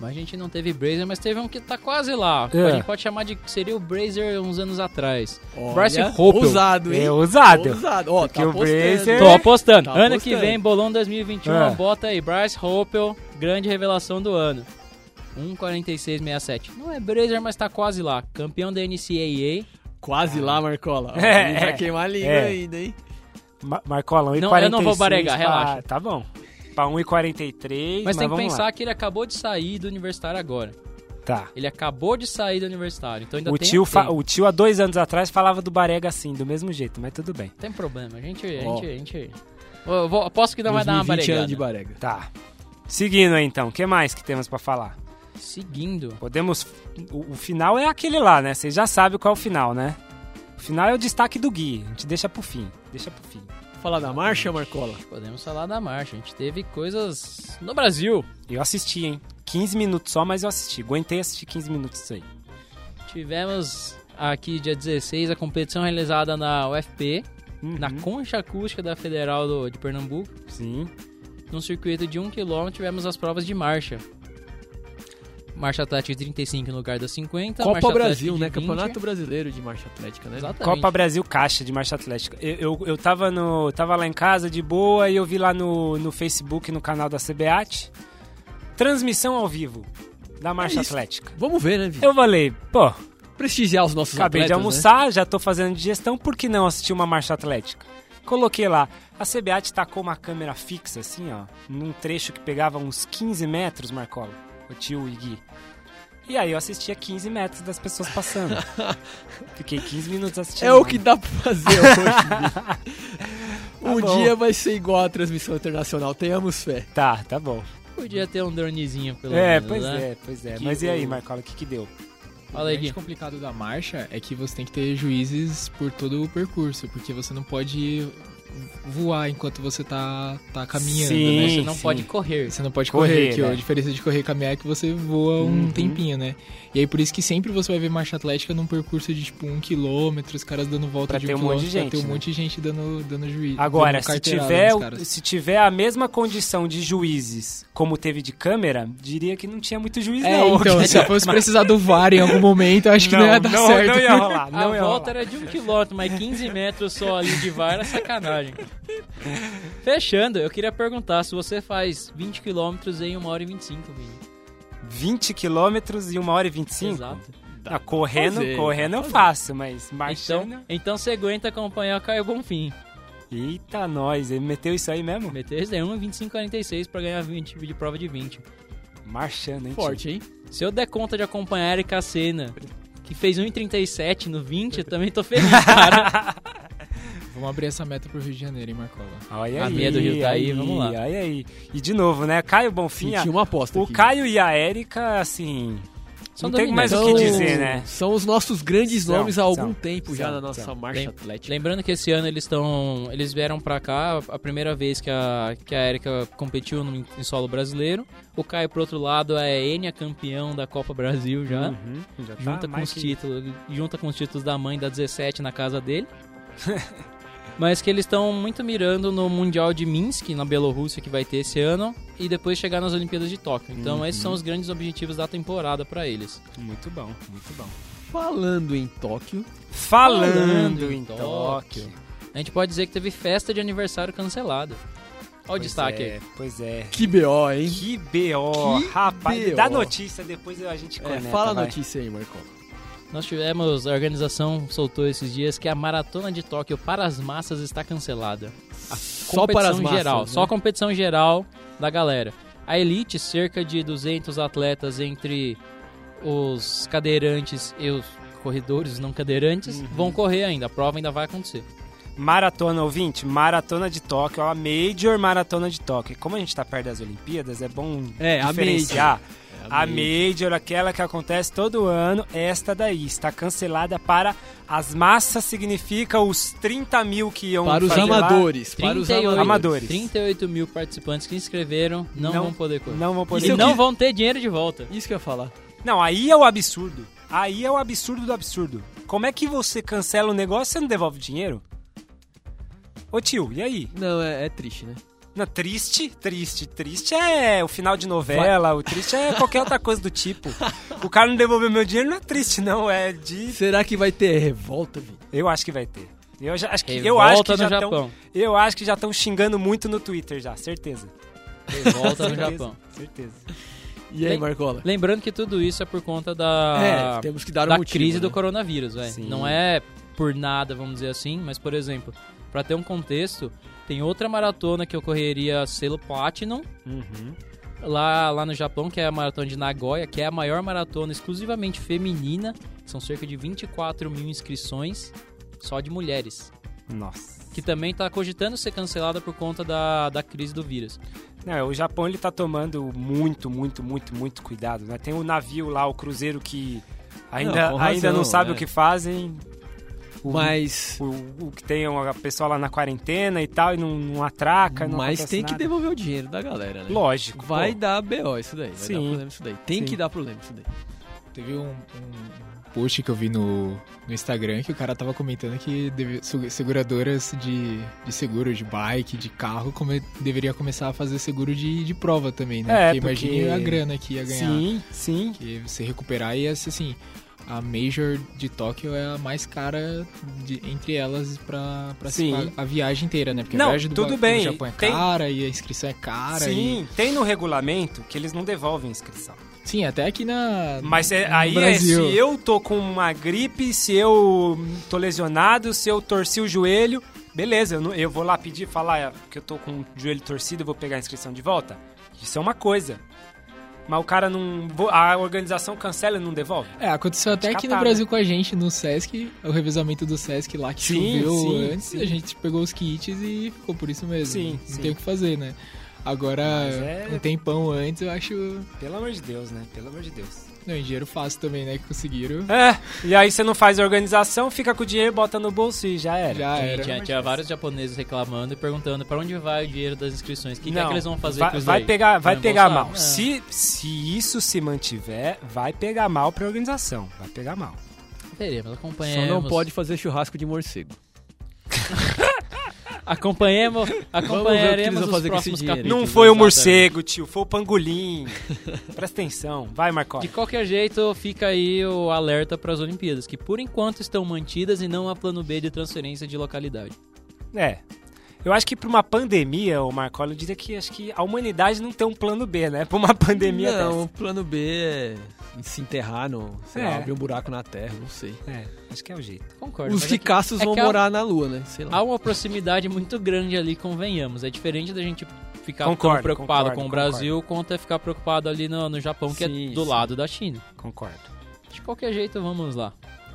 Mas a gente não teve Brazer, mas teve um que tá quase lá.
É.
A gente pode chamar de. Seria o Brazer uns anos atrás.
Olha,
Bryce Hopel.
Ousado, hein?
É ousado.
Ousado. Ó,
Porque
tá
o Brazier-
apostando.
Tô apostando.
Tá
ano que
apostando.
vem, bolão 2021,
É.
bota aí. Bryce Hopel, grande revelação do ano. 1,4667. Não é Brazer, mas tá quase lá. Campeão da NCAA.
Quase lá, *laughs* Marcola. Ó,
É,
ele vai
é.
queimar a língua
É.
ainda, hein?
Ma Marcolão, 1,46.
Não, eu não vou baregar,
pra-
relaxa.
Tá bom. Pra 1,43,
Mas, tem que
vamos
pensar
lá.
que ele acabou de sair do universitário agora.
Tá.
Ele acabou de sair do universitário. Então ainda
O
tem.
tio, fa-
tempo.
o tio há dois anos atrás falava do Barega assim, do mesmo jeito, mas tudo bem.
Tem problema. A gente.
Ó.
A gente, a gente... Eu vou- aposto que não Então vai dar uma
2020
baregada.
anos de barega.
Tá. Seguindo aí, então, o que mais que temos pra falar?
Seguindo.
Podemos. O, o final é aquele lá, né? Vocês já sabem qual é o final, né? O final é o destaque do Gui. A gente deixa pro fim. Deixa pro fim.
Falar da marcha, Marcola?
Podemos falar da marcha. A gente teve coisas no Brasil.
Eu assisti, hein? 15 minutos só, mas eu assisti. Aguentei assistir 15 minutos isso aí.
Tivemos aqui dia 16 a competição realizada na UFP,
Uhum.
na Concha Acústica da Federal do- de Pernambuco.
Sim.
um Num circuito de 1 km tivemos as provas de marcha. marcha atlética de 35 no lugar das 50. Então, marcha
Copa
atlética
Brasil,
de
né?
20.
Campeonato Brasileiro de Marcha Atlética, né?
Exatamente.
Copa Brasil Caixa de Marcha Atlética. Eu, eu, eu tava, no, tava lá em casa de boa e eu vi lá no, no Facebook, no canal da CBAT, transmissão ao vivo da Marcha
É isso.
Atlética.
Vamos ver, né, Vitor?
Eu falei, pô,
Prestigiar os nossos
acabei de
atletas, né?
almoçar, já tô fazendo digestão, por que não assistir uma Marcha Atlética? Coloquei lá. A CBAT tacou uma câmera fixa, assim, ó, num trecho que pegava uns 15 metros, Marcola, o tio e Gui. E aí eu assistia 15 metros das pessoas
*laughs*
passando. Fiquei 15 minutos assistindo.
É o que dá pra fazer hoje. *laughs* Vitor. um
bom.
dia vai ser igual a transmissão internacional, tenhamos fé.
Tá, tá bom.
Podia ter um dronezinho, pelo
É,
menos,
pois
né?
é, pois é.
Que
Mas e aí,
o-
Marcola, o que que deu?
Fala
o
aí,
grande
Gui.
complicado da marcha é que você tem que ter juízes por todo o percurso, porque você não pode voar enquanto você tá, tá caminhando,
Você
né?
Sim,
não
sim.
pode correr.
Você não pode
Correr,
correr, que
né?
a diferença de correr e caminhar é que você voa um
Uhum.
tempinho, né? E aí por isso que sempre você vai ver marcha atlética num percurso de tipo um quilômetro, os caras dando volta
Pra
de
ter
um
um monte de
quilômetro, pra
gente,
ter um
né?
monte de gente dando, dando juízo.
Agora,
dando
se
carteirada
tiver,
nos
o-
né, caras.
se tiver a mesma condição de juízes como teve de câmera, diria que não tinha muito juiz,
É,
não. *laughs*
então, se eu fosse precisar do VAR em algum momento, eu acho que não,
não,
ia dar
não,
certo.
não ia rolar, não é
a
ia
volta
rolar.
era de um quilômetro,
*laughs*
mas 15 metros só ali de var era sacanagem. Fechando, eu queria perguntar se você faz 20 quilômetros em 1 hora e 25, Vini.
20 quilômetros e 1 hora e 25?
Exato.
Ah, correndo,
fazer,
correndo eu faço, mas marchando...
Então, então você aguenta acompanhar o Caio Bonfim.
Eita, nós, ele meteu isso aí mesmo?
Meteu isso daí 1, 25, 46 pra ganhar 20 de prova de 20.
Marchando, hein, tio?
Forte, hein?
Se eu der conta de acompanhar a Erika Senna, que fez 1,37 no 20, eu também tô feliz,
*laughs*
cara.
*laughs* Vamos abrir essa meta pro Rio de Janeiro, hein, Marcola?
Olha
A
aí,
meia do Rio tá aí, vamos lá.
Olha aí. E de novo, né, Caio Bonfim,
Senti uma aposta
o
aqui.
Caio e a Érica, assim...
São
não tem mais
dominantes.
o que dizer, né?
São os nossos grandes
São,
nomes há algum
são,
tempo
são,
já na nossa
são.
marcha
Lem-
Tipo,
atlética.
Lembrando que esse ano eles estão. Eles vieram pra cá, a primeira vez que a, que a Erika competiu no, em solo brasileiro. O Caio, por outro lado, é Enia campeão da Copa Brasil já.
Uhum, já tá
junta, com
mais
os
que-
títulos, junta com os títulos da mãe da 17 na casa dele. *laughs* Mas que eles estão muito mirando no Mundial de Minsk, na Bielorrússia, que vai ter esse ano, e depois chegar nas Olimpíadas de Tóquio. Então,
Uhum.
esses são os grandes objetivos da temporada pra eles.
Muito bom, muito bom.
Falando em Tóquio,
Falando,
Falando
em
em
Tóquio.
A gente pode dizer que teve festa de aniversário cancelada. Olha o
Pois
destaque aí.
é, Pois é.
que BO, hein?
Que BO,
Que
rapaz.
BO.
Dá notícia, depois a gente
É,
conecta.
fala a
vai.
notícia aí, Marcão.
Nós tivemos, a organização soltou esses dias que a maratona de Tóquio para as massas está cancelada.
Só para as massas,
geral,
né?
só a competição geral da galera. A elite, cerca de 200 atletas entre os cadeirantes e os corredores não cadeirantes, vão correr ainda. A prova ainda vai acontecer.
Maratona, ouvinte, maratona de Tóquio, a Major Maratona de Tóquio. Como a gente tá perto das Olimpíadas, é bom
É, a
diferenciar.
É,
A Major, aquela que acontece todo ano, esta daí está cancelada para as massas, significa os 30 mil que iam
Para os
fazer lá,
amadores, para os
38,
amadores.
amadores.
38 mil participantes que inscreveram não,
Não-
vão poder correr.
Não vão poder.
e
eu
não
quis-
vão ter dinheiro de volta.
Isso que eu ia falar.
Não, aí é o absurdo. Aí é o absurdo do absurdo. Como é que você cancela o negócio e você não devolve o dinheiro? Ô tio, e aí?
Não, é, é triste, né?
Não, triste, triste, triste é o final de novela, o triste é qualquer outra coisa do tipo. O cara não devolveu meu dinheiro não é triste, não, é de.
Será que vai ter revolta, Vitor?
Eu acho que vai ter. Eu já- acho que, eu acho
Revolta
que
no
já
Japão.
estão. Eu acho que já estão xingando muito no Twitter já, certeza.
Revolta no
Certeza,
Japão.
Certeza.
E aí,
Lem-
Marcola?
Lembrando que tudo isso é por conta da,
É, temos que dar um
da
motivo,
crise
né?
do coronavírus, velho.
Sim.
Não é por nada, vamos dizer assim, mas por exemplo, pra ter um contexto, tem outra maratona que ocorreria selo Platinum
Uhum.
lá, lá no Japão, que é a maratona de Nagoya, que é a maior maratona exclusivamente feminina. São cerca de 24 mil inscrições só de mulheres,
Nossa.
que também tá cogitando ser cancelada por conta da, da crise do vírus.
Não, o Japão ele tá tomando muito, muito, muito, muito cuidado, né? Tem o navio lá, o cruzeiro que ainda
Não,
não,
com
ainda não
razão,
sabe
né?
o que fazem. O,
Mas,
o, o que tem a pessoa lá na quarentena e tal, e não, não atraca, não
mas
acontece
tem que
nada.
devolver o dinheiro da galera, né?
Lógico.
Vai
pô.
dar BO isso daí, vai
Sim.
dar problema isso daí. Tem
Sim.
que dar problema isso daí.
Teve um, um post que eu vi no, no Instagram que o cara tava comentando que deve- su- seguradoras de, de seguro, de bike, de carro, come, deveria começar a fazer seguro de, de prova também, né?
É, porque-
imagine a grana que ia ganhar.
Sim, sim.
Que você recuperar ia ser assim. A Major de Tóquio é a mais cara de- entre elas pra, pra se
Sim.
pag- a viagem inteira, né? Porque
Não,
a viagem do,
tudo
Ba- do
bem,
Japão é
tem-
cara e a inscrição é cara. e-
Sim, tem no regulamento que eles não devolvem inscrição.
Sim, até aqui na.
Mas é-
no
aí é se
Brasil.
eu tô com uma gripe, se eu tô lesionado, se eu torci o joelho, beleza, eu, não- eu vou lá pedir, falar "Ah, que eu tô com o joelho torcido, eu vou pegar a inscrição de volta. Isso é uma coisa. Mas o cara não. vo- A organização cancela e não devolve?
É, aconteceu até aqui no
Descartável.
Brasil com a gente, no Sesc, o revezamento do Sesc lá que
Sim,
choveu
sim,
antes,
sim.
a gente pegou os kits e ficou por isso mesmo.
Sim,
Não
sim.
tem o que fazer, né? Agora,
Mas é-
um tempão antes, eu acho.
Pelo amor de Deus, né? Pelo amor de Deus.
Não, em dinheiro fácil também, né? Que conseguiram.
É, e aí você não faz a organização, fica com o dinheiro, bota no bolso e já era.
Já
Tinha,
Ah, era.
tinha- tinha vários japoneses reclamando e perguntando pra onde vai o dinheiro das inscrições, o que, que é
Não,
que eles vão fazer
vai,
com isso
vai
daí?
pegar, vai
Não vão
pegar
usar?
mal.
É.
Se, se isso se mantiver, vai pegar mal pra organização. Vai pegar mal.
Veremos,
Só
acompanhemos.
não pode fazer churrasco de morcego.
*laughs*
Acompanhemos, acompanharemos
vão
os
fazer com esse
próximos
dinheiro.
capítulos.
Não foi o
exatamente.
morcego, tio, foi o *laughs* pangolim. Presta atenção. Vai, Marcola.
De qualquer jeito, fica aí o alerta para as Olimpíadas, que por enquanto estão mantidas e não há plano B de transferência de localidade.
É. Eu acho que pra uma pandemia, o Marcola, eu diria que acho que a humanidade não tem um plano B, né? Pra uma pandemia
não, o plano B é se enterrar, no, sei lá,
É.
abrir um buraco na terra, não sei.
dessa. É, acho que é o jeito.
Concordo.
Os
mas é que
ricaços
é
vão
que a-
morar na lua, né? Sei lá.
há uma proximidade muito grande ali, convenhamos. É diferente da gente ficar
Concordo,
tão
concordo,
preocupado com o
concordo.
Brasil quanto é ficar preocupado ali no, no Japão, que
Sim,
é do
sim.
lado da China.
Concordo.
De qualquer jeito, vamos lá.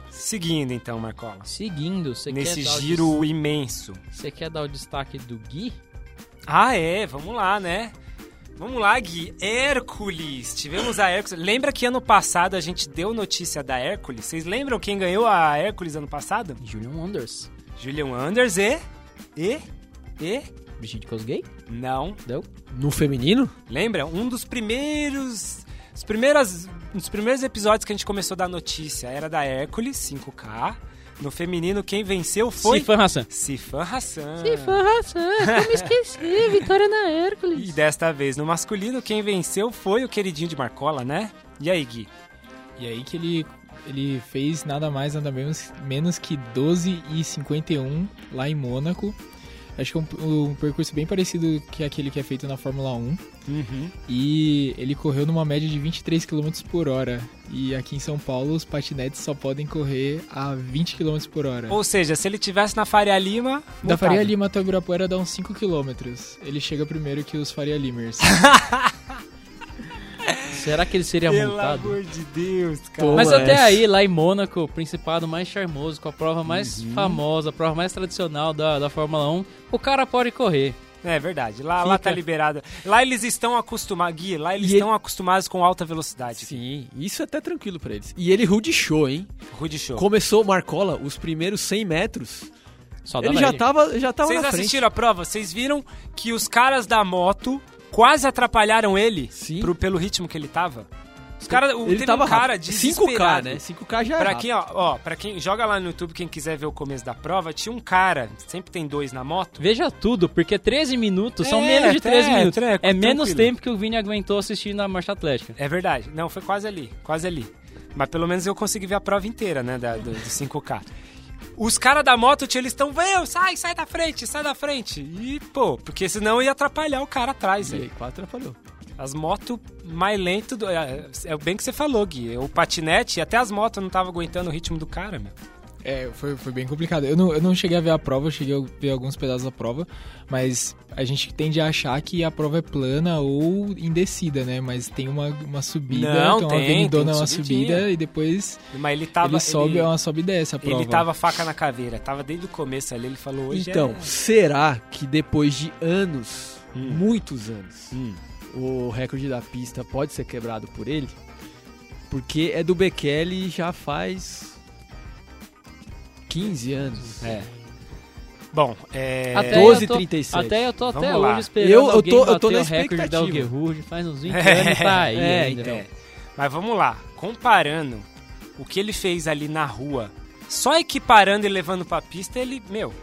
Seguindo então, Marcola.
Seguindo, você quer,
Nesse
dar o
giro imenso.
des- você quer dar o destaque do Gui?
Ah, é, vamos lá, né? Vamos lá, Gui. Hércules. Tivemos a Hércules. Lembra que ano passado a gente deu notícia da Hércules? Vocês lembram quem ganhou a Hércules ano passado?
Julian Wonders.
Julian Anders e. E. E.
Bichinho de Cosgay?
Não.
Deu?
No feminino?
Lembra? Um dos primeiros. Os primeiras, um dos primeiros episódios que a gente começou a dar notícia era da Hércules, 5K. No feminino, quem venceu foi.
Sifan Hassan.
Sifan Hassan.
Hassan, como esqueci, vitória *laughs* na Hércules.
E desta vez no masculino, quem venceu foi o queridinho de Marcola, né? E aí, Gui?
E aí que ele, ele fez nada mais, nada menos, menos que 12 e 51 lá em Mônaco. Acho que é um, um percurso bem parecido que aquele que é feito na Fórmula 1.
Uhum.
E ele correu numa média de 23 km por hora. E aqui em São Paulo, os patinetes só podem correr a 20 km por hora.
Ou seja, se ele tivesse na Faria Lima.
da
multado.
Faria Lima até o Ibirapuera dá uns 5 km. Ele chega primeiro que os
*laughs*
Faria Limers.
Será que ele seria
Pelo
multado?
amor de Deus, cara.
Pô,
Mas
Mas-
até aí, lá em Mônaco, o principado mais charmoso, com a prova mais
Uhum.
famosa, a prova mais tradicional da, da Fórmula 1, o cara pode correr.
É verdade. Lá, lá
Fica.
tá liberado. Lá eles estão acostumados. Gui, lá eles
E
estão acostumados com alta velocidade.
Sim, isso é até tranquilo pra eles. E ele rude show, hein?
Rude show.
Começou o Marcola, os primeiros 100 metros,
Só dá
ele
pra
já
tá-
tava, já tava
Vocês
na frente.
assistiram a prova? Vocês viram que os caras da moto quase atrapalharam ele
Sim.
pro- pelo ritmo que ele tava? Os cara, o,
ele
teve
tava
um cara
rápido. 5K,
desesperado.
né? 5K já é
Pra
rápido.
quem, ó, ó, pra quem joga lá no YouTube, quem quiser ver o começo da prova, tinha um cara, sempre tem dois na moto.
Veja tudo, porque 13 minutos são
É,
menos de 13
é,
minutos.
treco,
é menos
tranquilo.
tempo que o Vini aguentou assistindo a marcha atlética.
É verdade. Não, foi quase ali, quase ali. Mas pelo menos eu consegui ver a prova inteira, né, da, do, do 5K. Os caras da moto, tio, eles estão, "Vem, sai, sai da frente, sai da frente. E, pô, porque senão ia atrapalhar o cara atrás,
E
velho.
aí, quatro atrapalhou.
As motos mais lento, do- é, é bem que você falou, Gui. O patinete, até as motos não tava aguentando o ritmo do cara, meu.
É, foi, foi bem complicado. Eu não, eu não cheguei a ver a prova, eu cheguei a ver alguns pedaços da prova, mas a gente tende a achar que a prova é plana ou em descida, né? Mas tem uma, uma subida,
Não,
então
tem,
uma avenidona é
tem
uma
subidinha.
subida e depois
Mas ele tava
ele sobe,
ele,
é uma sobe e desce a prova.
ele tava faca na caveira, tava desde o começo ali, ele falou hoje
Então,
é...
será que depois de anos,
Hum.
muitos anos,
Hum.
o recorde da pista pode ser quebrado por ele? Porque é do Bekele já faz 15 anos.
É. Bom, é.
Até eu
12
tô-
37.
Até eu tô até
Vamos lá.
hoje esperando
Eu- eu
alguém
tô- eu
bater
tô na
o recorde da
expectativa.
*laughs*
Alguerruge, faz uns 20 anos e tá aí
é,
ainda.
então.
Mas vamos lá. comparando o que ele fez ali na rua, só equiparando e levando pra pista, ele, meu,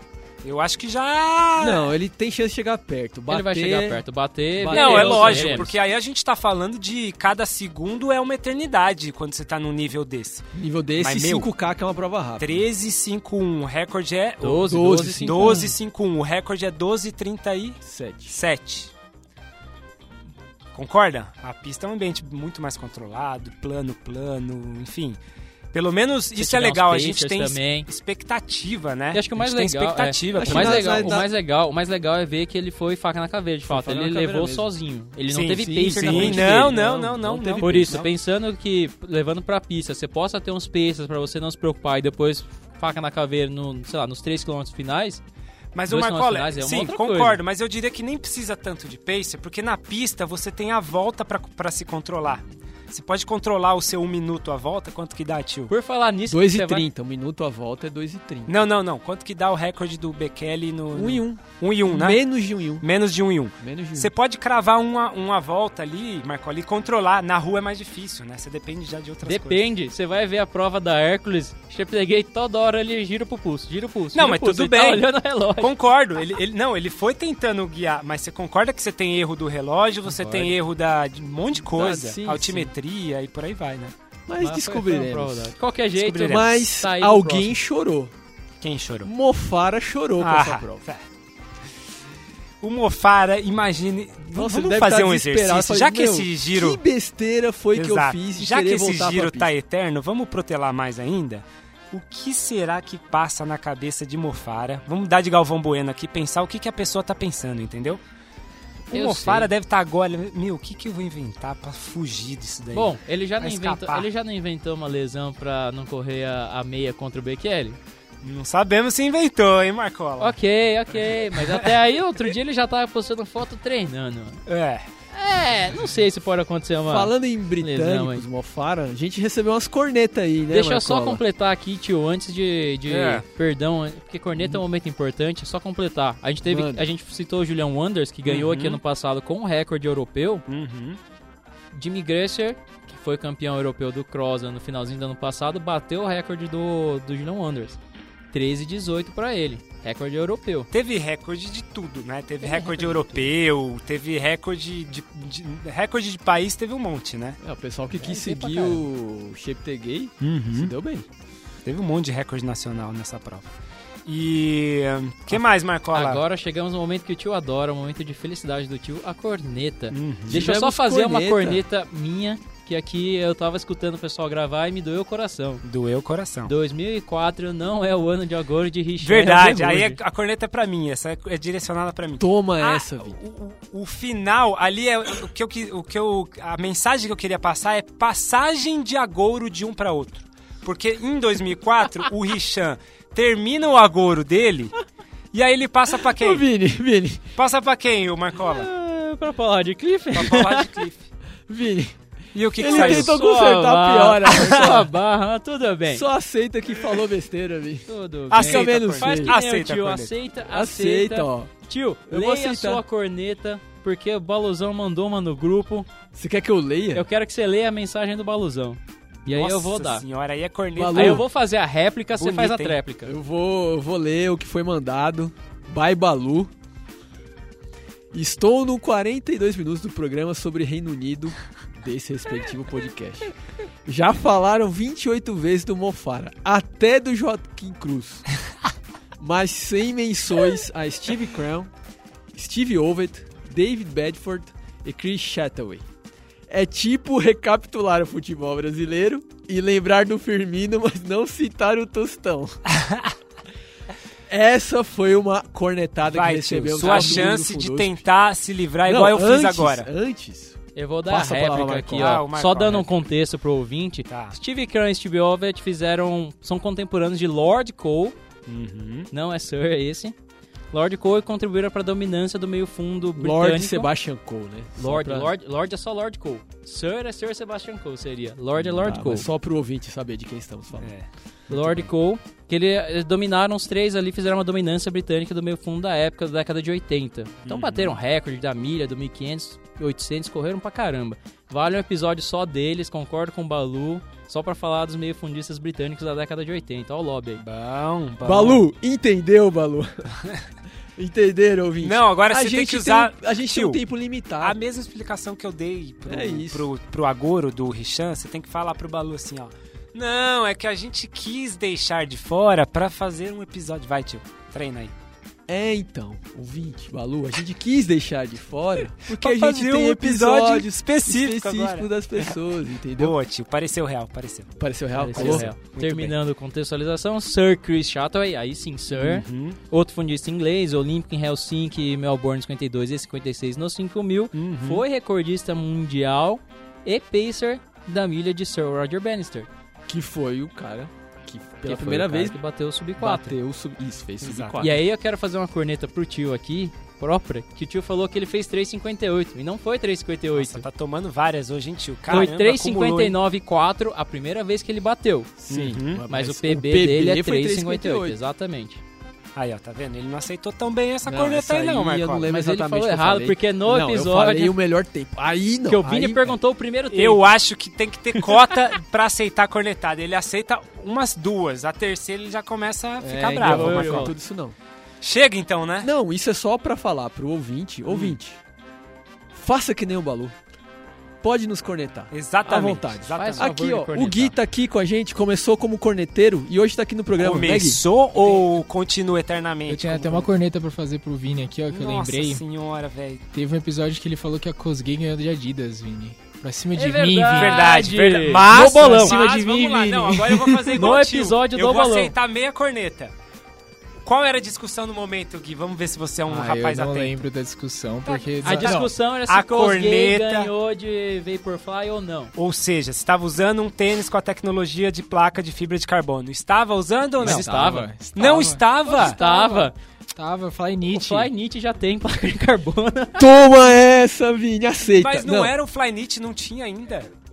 eu acho que já.
Não, ele tem chance de chegar perto. Bater,
Ele vai chegar perto, bater.
Não,
Não,
beleza,
é lógico,
veremos.
porque aí a gente tá falando de cada segundo é uma eternidade quando você tá num nível desse.
Nível desse,
Mas, meu,
5K que é uma prova rápida.
13,51, o recorde é.
12,
12,
12, 12.
12,51, o recorde é 12,37.
7.
Concorda? A pista é um ambiente muito mais controlado, plano, plano, enfim. Pelo menos isso é
tiver uns
legal, a gente
pacers
tem es-
também.
expectativa, né?
E acho que o
A
mais
gente tem
legal.
expectativa.
é,
pra
o, mais
isso.
nós-
legal
nós
o
dá-
mais legal, o mais legal é ver que ele foi faca na caveira, de fato.
faca
Ele
na caveira
levou
mesmo.
sozinho. Ele
Sim,
não teve
sim,
pacer na
sim.
frente
Não,
dele.
não, não, não, não.
teve
Por
pacer,
isso,
não.
pensando que, levando pra pista, você possa ter uns pacers pra você não se preocupar e depois faca na caveira, no, sei lá, nos 3 km finais.
Mas o
Dois
Marcola,
finais é uma
sim,
outra
concordo,
coisa.
mas eu diria que nem precisa tanto de pacer, porque na pista você tem a volta pra- pra se controlar. Você pode controlar o seu um minuto a volta, quanto que dá, tio?
Por falar nisso, você
2,30.
vai...
30 Um minuto a volta é 2,30.
Não, não, não. Quanto que dá o recorde do Bekele no...
1 e 1.
1 e 1, né?
Menos de 1 e 1.
Menos de 1 e 1.
Menos de 1.
Você pode cravar uma, uma volta ali, Marcola, e controlar. Na rua é mais difícil, né? Você depende já de outras coisas.
Depende, você vai ver a prova da Hércules, Chepleguei toda hora ele gira pro pulso, gira o pulso.
Não,
gira
mas
pro pulso,
tudo
ele tá
bem.
olhando o relógio.
Concordo, ele, ele- não, ele foi tentando guiar, mas você concorda que você tem erro do relógio, você tem erro da, de um monte de coisa,
Ah, sim,
altimetria e por aí vai, né?
Mas
foi- foi uma
descobriremos.
prova da- De qualquer jeito,
Descobriremos.
Mas
tá aí no
alguém chorou. Ah,
Quem chorou?
Mofara chorou com essa prova.
tá. O Mofara, imagine.
Nossa,
vamos
ele deve
fazer
tá
um
desesperado,
exercício.
falando,
já que
"Meu,
esse giro.
Que besteira foi
Exato.
que eu fiz de
Já que
querer
esse
voltar
giro
pra
tá
pista.
eterno, vamos protelar mais ainda? O que será que passa na cabeça de Mofara? Vamos dar de Galvão Bueno aqui, pensar o que, que a pessoa tá pensando, entendeu? O
Eu
Mofara
sei.
deve estar agora, meu, o que, que eu vou inventar pra fugir disso daí?
Bom, ele já, não
Vai
inventou,
escapar.
ele já não inventou uma lesão pra não correr a, a meia contra o Bekele?
não sabemos se inventou, hein, Marcola?
Ok, ok, mas até aí outro dia ele já tava postando foto treinando.
É.
É, não sei se pode acontecer uma...
Falando em
Lesão,
britânicos,
hein?
Mofara, a gente recebeu umas cornetas aí, né,
Deixa eu só
Marcola?
completar aqui, tio, antes de, de-
É.
perdão, porque corneta é um momento importante, é só completar. A gente teve,
Manda.
a gente citou o Julian Wonders que ganhou
Uhum.
aqui ano passado com um recorde europeu.
Uhum.
Jimmy Gresser, que foi campeão europeu do cross no finalzinho do ano passado, bateu o recorde do do Julian Wonders. 13 18 pra ele, recorde europeu.
Teve recorde de tudo, né? Teve recorde europeu, teve recorde de, de- Recorde de país, teve um monte, né?
É, o pessoal que quis
ser pra
seguir o Shape The Gay
Uhum.
se deu bem.
Teve um monte de recorde nacional nessa prova. E o que mais, Marcola?
Agora chegamos no momento que o tio adora, o momento de felicidade do tio, a corneta.
Uhum.
Deixa eu só
Tivemos
fazer uma
corneta.
corneta minha, que aqui eu tava escutando o pessoal gravar e me doeu o coração.
Doeu o coração.
2004 não é o ano de agora de Richard.
Verdade, aí
Aguirre.
é- a corneta é pra mim, essa é- é direcionada pra mim.
Toma
Ah,
essa, Vi.
o, o- o final ali é o que, eu, qui- o que eu. A mensagem que eu queria passar é passagem de agouro de um pra outro. Porque em 2004, o Richan termina o agouro dele e aí ele passa pra
Ô,
quem?
Vini, Vini,
Passa pra quem, o Marcola?
Ah, pra falar de Cliff. *laughs*
Pra Paula Radcliffe.
Vini.
E o que, que
Ele
saiu?
tentou consertar
*laughs*
a piora, mas
Sua né? barra, mas tudo bem.
Só aceita que falou besteira, Vi.
Tudo bem.
Aceita,
menos
a corneta.
Faz que nem
aceita,
o tio,
a corneta.
aceita, aceita,
Aceita, ó.
Tio,
Eu vou
leia a
aceitar.
sua corneta, porque o Baluzão mandou uma no grupo.
Você quer que eu leia?
Eu quero que você leia a mensagem do Baluzão. E aí eu vou
Nossa
dar.
senhora, aí é corneta.
Balu.
Aí eu vou fazer a réplica, você
Bonita,
faz a
hein?
tréplica.
Eu vou, eu vou ler o que foi mandado. Bye Balu. Estou no 42 minutos do programa sobre Reino Unido desse respectivo podcast. Já falaram 28 vezes do Mofara, até do Joaquim Cruz. Mas sem menções a Steve Crown, Steve Ovett, David Bedford e Chris Chataway. É tipo recapitular o futebol brasileiro e lembrar do Firmino, mas não citar o Tostão. Essa foi uma cornetada
Vai,
que
tio,
recebemos.
sua
todo mundo
chance
do
de
Fuduz.
tentar se livrar
Não,
igual eu fiz
antes,
agora.
Antes,
Eu vou dar
Passa a
a
palavra,
réplica
Marcola.
aqui,
Ah,
ó.
o Marcola,
Só dando um
réplica.
contexto pro ouvinte.
Tá.
Steve Curran e Steve Ovett fizeram. são contemporâneos de Lord Cole.
Uhum.
Não é Sir, é esse. Lord Cole contribuíram para a dominância do meio-fundo britânico.
Lord Sebastian Cole, né? Só
Lord,
pra-
Lord, Lord é só Lord Cole. Sir é Sir Sebastian Cole, seria. Lord é
Tá,
Lord
mas
Cole.
Só pro ouvinte saber de quem estamos falando.
É.
Lord Cole, que ele, eles dominaram os três ali, fizeram uma dominância britânica do meio fundo da época, da década de 80. Então bateram recorde da milha, do 1500, 800 correram pra caramba. Vale um episódio só deles, concordo com o Balu, só pra falar dos meio-fundistas britânicos da década de 80. Ó o lobby aí.
Bom, bom.
Balu, entendeu, Balu? *laughs* Entenderam, ouvinte?
Não, agora
a
você
gente
tem que usar
um- a gente tem um
Tio,
tempo
a
limitado.
mesma explicação que eu dei pro,
É isso.
pro, pro Agoro do Richan, você tem que falar pro Balu assim, ó. Não, é que a gente quis deixar de fora pra fazer um episódio. Vai, tio, treina aí.
É, então, ouvinte, Balu, a gente quis deixar de fora porque
Pra
a gente
fazer
tem
um episódio
episódios
específico, agora.
das pessoas, entendeu?
Boa, tio, pareceu real, pareceu.
Pareceu real?
Pareceu
Falou?
é real.
Muito
Terminando a contextualização, Sir Chris Chataway, aí sim,
É?
Sir.
Uhum,
Outro fundista inglês, olímpico em Helsinki e Melbourne 52 e 56 nos 5 mil.
uhum.
Foi recordista mundial e pacer da milha de Sir Roger Bannister. é
Que foi o cara que,
que
pela
foi
primeira
o cara
vez,
que bateu o sub 4.
bateu sub... Isso, fez sub
Exato.
4.
E aí eu quero fazer uma corneta pro tio aqui, própria, que o tio falou que ele fez 3,58 e não foi 3,58.
Nossa, tá tomando várias hoje, hein, tio?
Foi
Caramba, acumulou, hein?
3,59,4 a primeira vez que ele bateu.
Sim,
Uhum.
Mas, o, PB dele é 3,58, exatamente.
Aí, ó, tá vendo? Ele não aceitou tão bem essa
Não,
corneta
essa
aí, não,
aí eu não
Marcola.
lembro
Mas ele
exatamente
falou
o que eu
errado,
falei.
porque no
não, eu falei
episódio
o melhor tempo. Aí não.
que o Vini
aí-
perguntou o primeiro tempo.
Eu acho que tem que ter cota *laughs* pra aceitar a cornetada. Ele aceita umas duas. A terceira ele já começa a
É,
ficar
então,
bravo,
não
eu-
Marcola.
foi
eu-
tudo isso não.
Chega então, né?
Não, isso é só pra falar pro ouvinte. Ouvinte, faça que nem o Balu. Pode nos cornetar.
Exatamente.
À vontade.
Exatamente.
Faz
Aqui,
favor de
ó, o
cornetar.
Gui tá aqui com a gente, começou como corneteiro e hoje tá aqui no programa. Maggie,
Começou ou continua eternamente?
Eu tinha
Como-
até uma corneta pra fazer pro Vini aqui, ó, que eu
Nossa
lembrei.
senhora, velho.
Teve um episódio que ele falou que a Cosgay ganhou de Adidas, Vini. Pra cima
É
de mim,
verdade.
Vini.
Verdade, verdade.
No bolão.
Mas,
Acima de
vamos
mim,
lá.
Vini.
Não, agora eu vou fazer igual
No
o tio.
episódio
Eu
do
vou
bolão.
aceitar meia corneta. Qual era a discussão no momento, Gui? Vamos ver se você é um
Ah,
rapaz
eu
atento. Tá, ah,
não lembro da discussão, porque...
A discussão era se
a
o Cosgay
corneta-
ganhou de Vaporfly ou não.
Ou seja, você estava usando um tênis com a tecnologia de placa de fibra de carbono. Estava usando ou não?
Não. estava.
Não estava?
Estava.
Estava, Fly
O
Nietzsche.
Flyknit já tem *laughs* placa de carbono.
Toma essa, Vini, aceita.
Mas não, é era o Flyknit, não tinha ainda.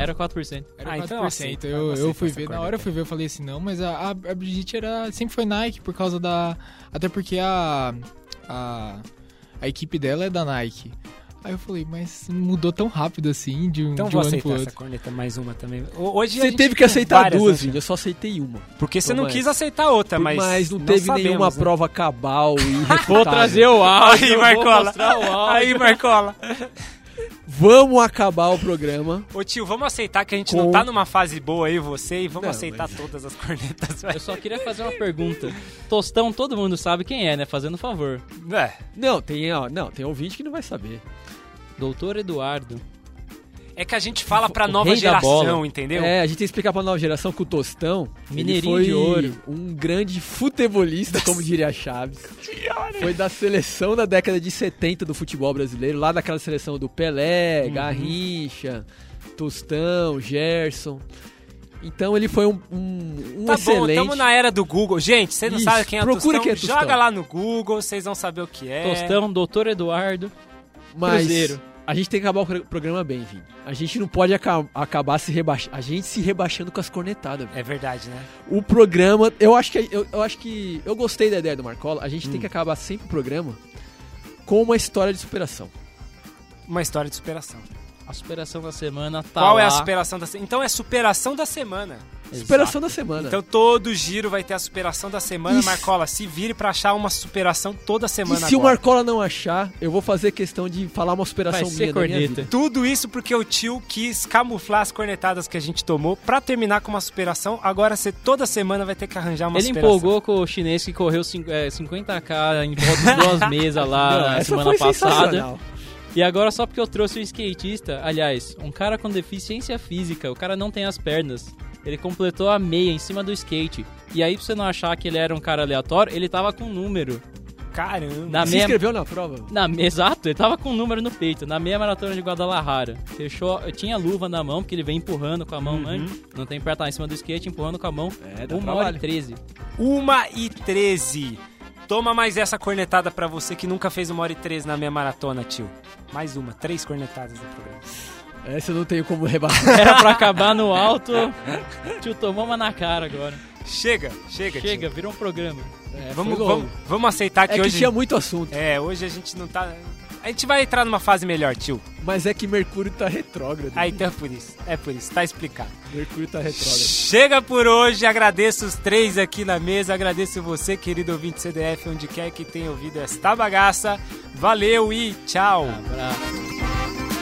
Era 4%.
Era
Ah,
4%.
então eu aceito, eu
eu, eu
aceito
fui
essa
ver, na
corneta.
hora eu fui ver, eu falei assim, não, mas a, a, a Brigitte era, sempre foi Nike por causa da... Até porque a, a, a equipe dela é da Nike. Aí eu falei, mas mudou tão rápido assim, de um,
Então
de
vou
um ano pro
aceitar essa
outro.
corneta mais uma também. O- Hoje a
Você
gente
teve que
tem
aceitar
várias,
duas,
né?
Vini. Eu só aceitei uma.
Porque você
Então,
não
mas-
quis aceitar a outra, Tá, mas.
não
não
teve
sabemos,
nenhuma
né?
prova
*laughs*
cabal e
Vou trazer o áudio.
Aí,
vou
Marcola.
mostrar o áudio.
Aí, Marcola.
Vamos acabar o programa.
Ô tio, vamos aceitar que a gente
Com-
não tá numa fase boa aí, você, e vamos
Não,
aceitar todas as cornetas. *laughs* vai.
Eu só queria fazer uma pergunta. Tostão, todo mundo sabe quem é, né? Fazendo um favor.
É.
Não, tem, ó, não, tem ouvinte que não vai saber.
Doutor Eduardo.
É que a gente fala pra
O
nova
rei da
geração,
bola.
entendeu?
É, a gente tem que explicar pra nova geração que o Tostão ele
Mineirinho
foi
de ouro.
um grande futebolista, como diria a Chaves. Foi da seleção da década de 70 do futebol brasileiro, lá daquela seleção do Pelé, Garrincha, Tostão, Gerson. Então ele foi um, um, um
Tá bom,
excelente.
tamo na era do Google. Gente, você não
Isso,
sabe quem é
procura
Tostão,
quem é Tostão.
joga lá no Google, vocês vão saber o que é.
Tostão, doutor Eduardo.
Mas
Cruzeiro.
a gente tem que acabar o pro- programa bem, Vini. A gente não pode aca- acabar se rebaixando. A gente se rebaixando com as cornetadas, Vini.
É verdade, né?
O programa. Eu acho que. Eu, eu acho que. Eu gostei da ideia do Marcola. A gente tem que
Hum.
acabar sempre o programa com uma história de superação.
Uma história de superação.
A superação da semana tá
Qual é a
lá.
superação da semana? Então é superação da semana.
Exato.
Superação da semana.
Então todo giro vai ter a superação da semana,
Isso.
Marcola. Se vire pra achar uma superação toda
e
semana
se o
agora.
Marcola não achar, eu vou fazer questão de falar uma superação
Vai
minha
ser
da minha
corneta.
vida.
Tudo isso porque o tio quis camuflar as cornetadas que a gente tomou pra terminar com uma superação. Agora você toda semana vai ter que arranjar é uma
Ele
superação.
empolgou com o chinês que correu cin- é, 50k em volta de
*laughs*
duas mesas lá
Não,
na
essa
Ah, semana
foi
passada.
sensacional.
E agora só porque eu trouxe um skatista, aliás, um cara com deficiência física, o cara não tem as pernas. Ele completou a meia em cima do skate. E aí, pra você não achar que ele era um cara aleatório, ele tava com um número.
Caramba.
Na
Se
meia-
inscreveu na prova?
Na, exato, ele tava com um número no peito, na meia maratona de Guadalajara. Fechou, eu tinha luva na mão, porque ele vem empurrando com a mão, né? Não tem pra estar em cima do skate, empurrando com a mão.
Uhum. É, dá
Uma hora
trabalho.
e 13.
1 e 13. Toma mais essa cornetada pra você que nunca fez uma hora e 13 na minha maratona, tio. Mais uma, três cornetadas no programa.
Essa eu não tenho
*laughs*
como É rebaixar.
Era pra acabar no alto. *laughs* Tio tomou uma na cara agora.
Chega, chega, tio.
Chega, virou um programa.
É,
Vamos,
foi longo.
vamos, vamos aceitar que
É que
hoje.
tinha muito assunto.
É, hoje a gente não tá. A gente vai entrar numa fase melhor, tio.
Mas é que Mercúrio tá retrógrado.
Ah, então é por isso. É por isso. Tá explicado.
Mercúrio tá retrógrado.
Chega por hoje, agradeço os três aqui na mesa, agradeço você, querido ouvinte CDF, onde quer que tenha ouvido esta bagaça. Valeu e tchau!
Pra-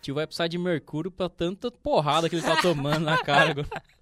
Tio vai precisar de mercúrio pra tanta porrada que ele tá tomando na cara agora.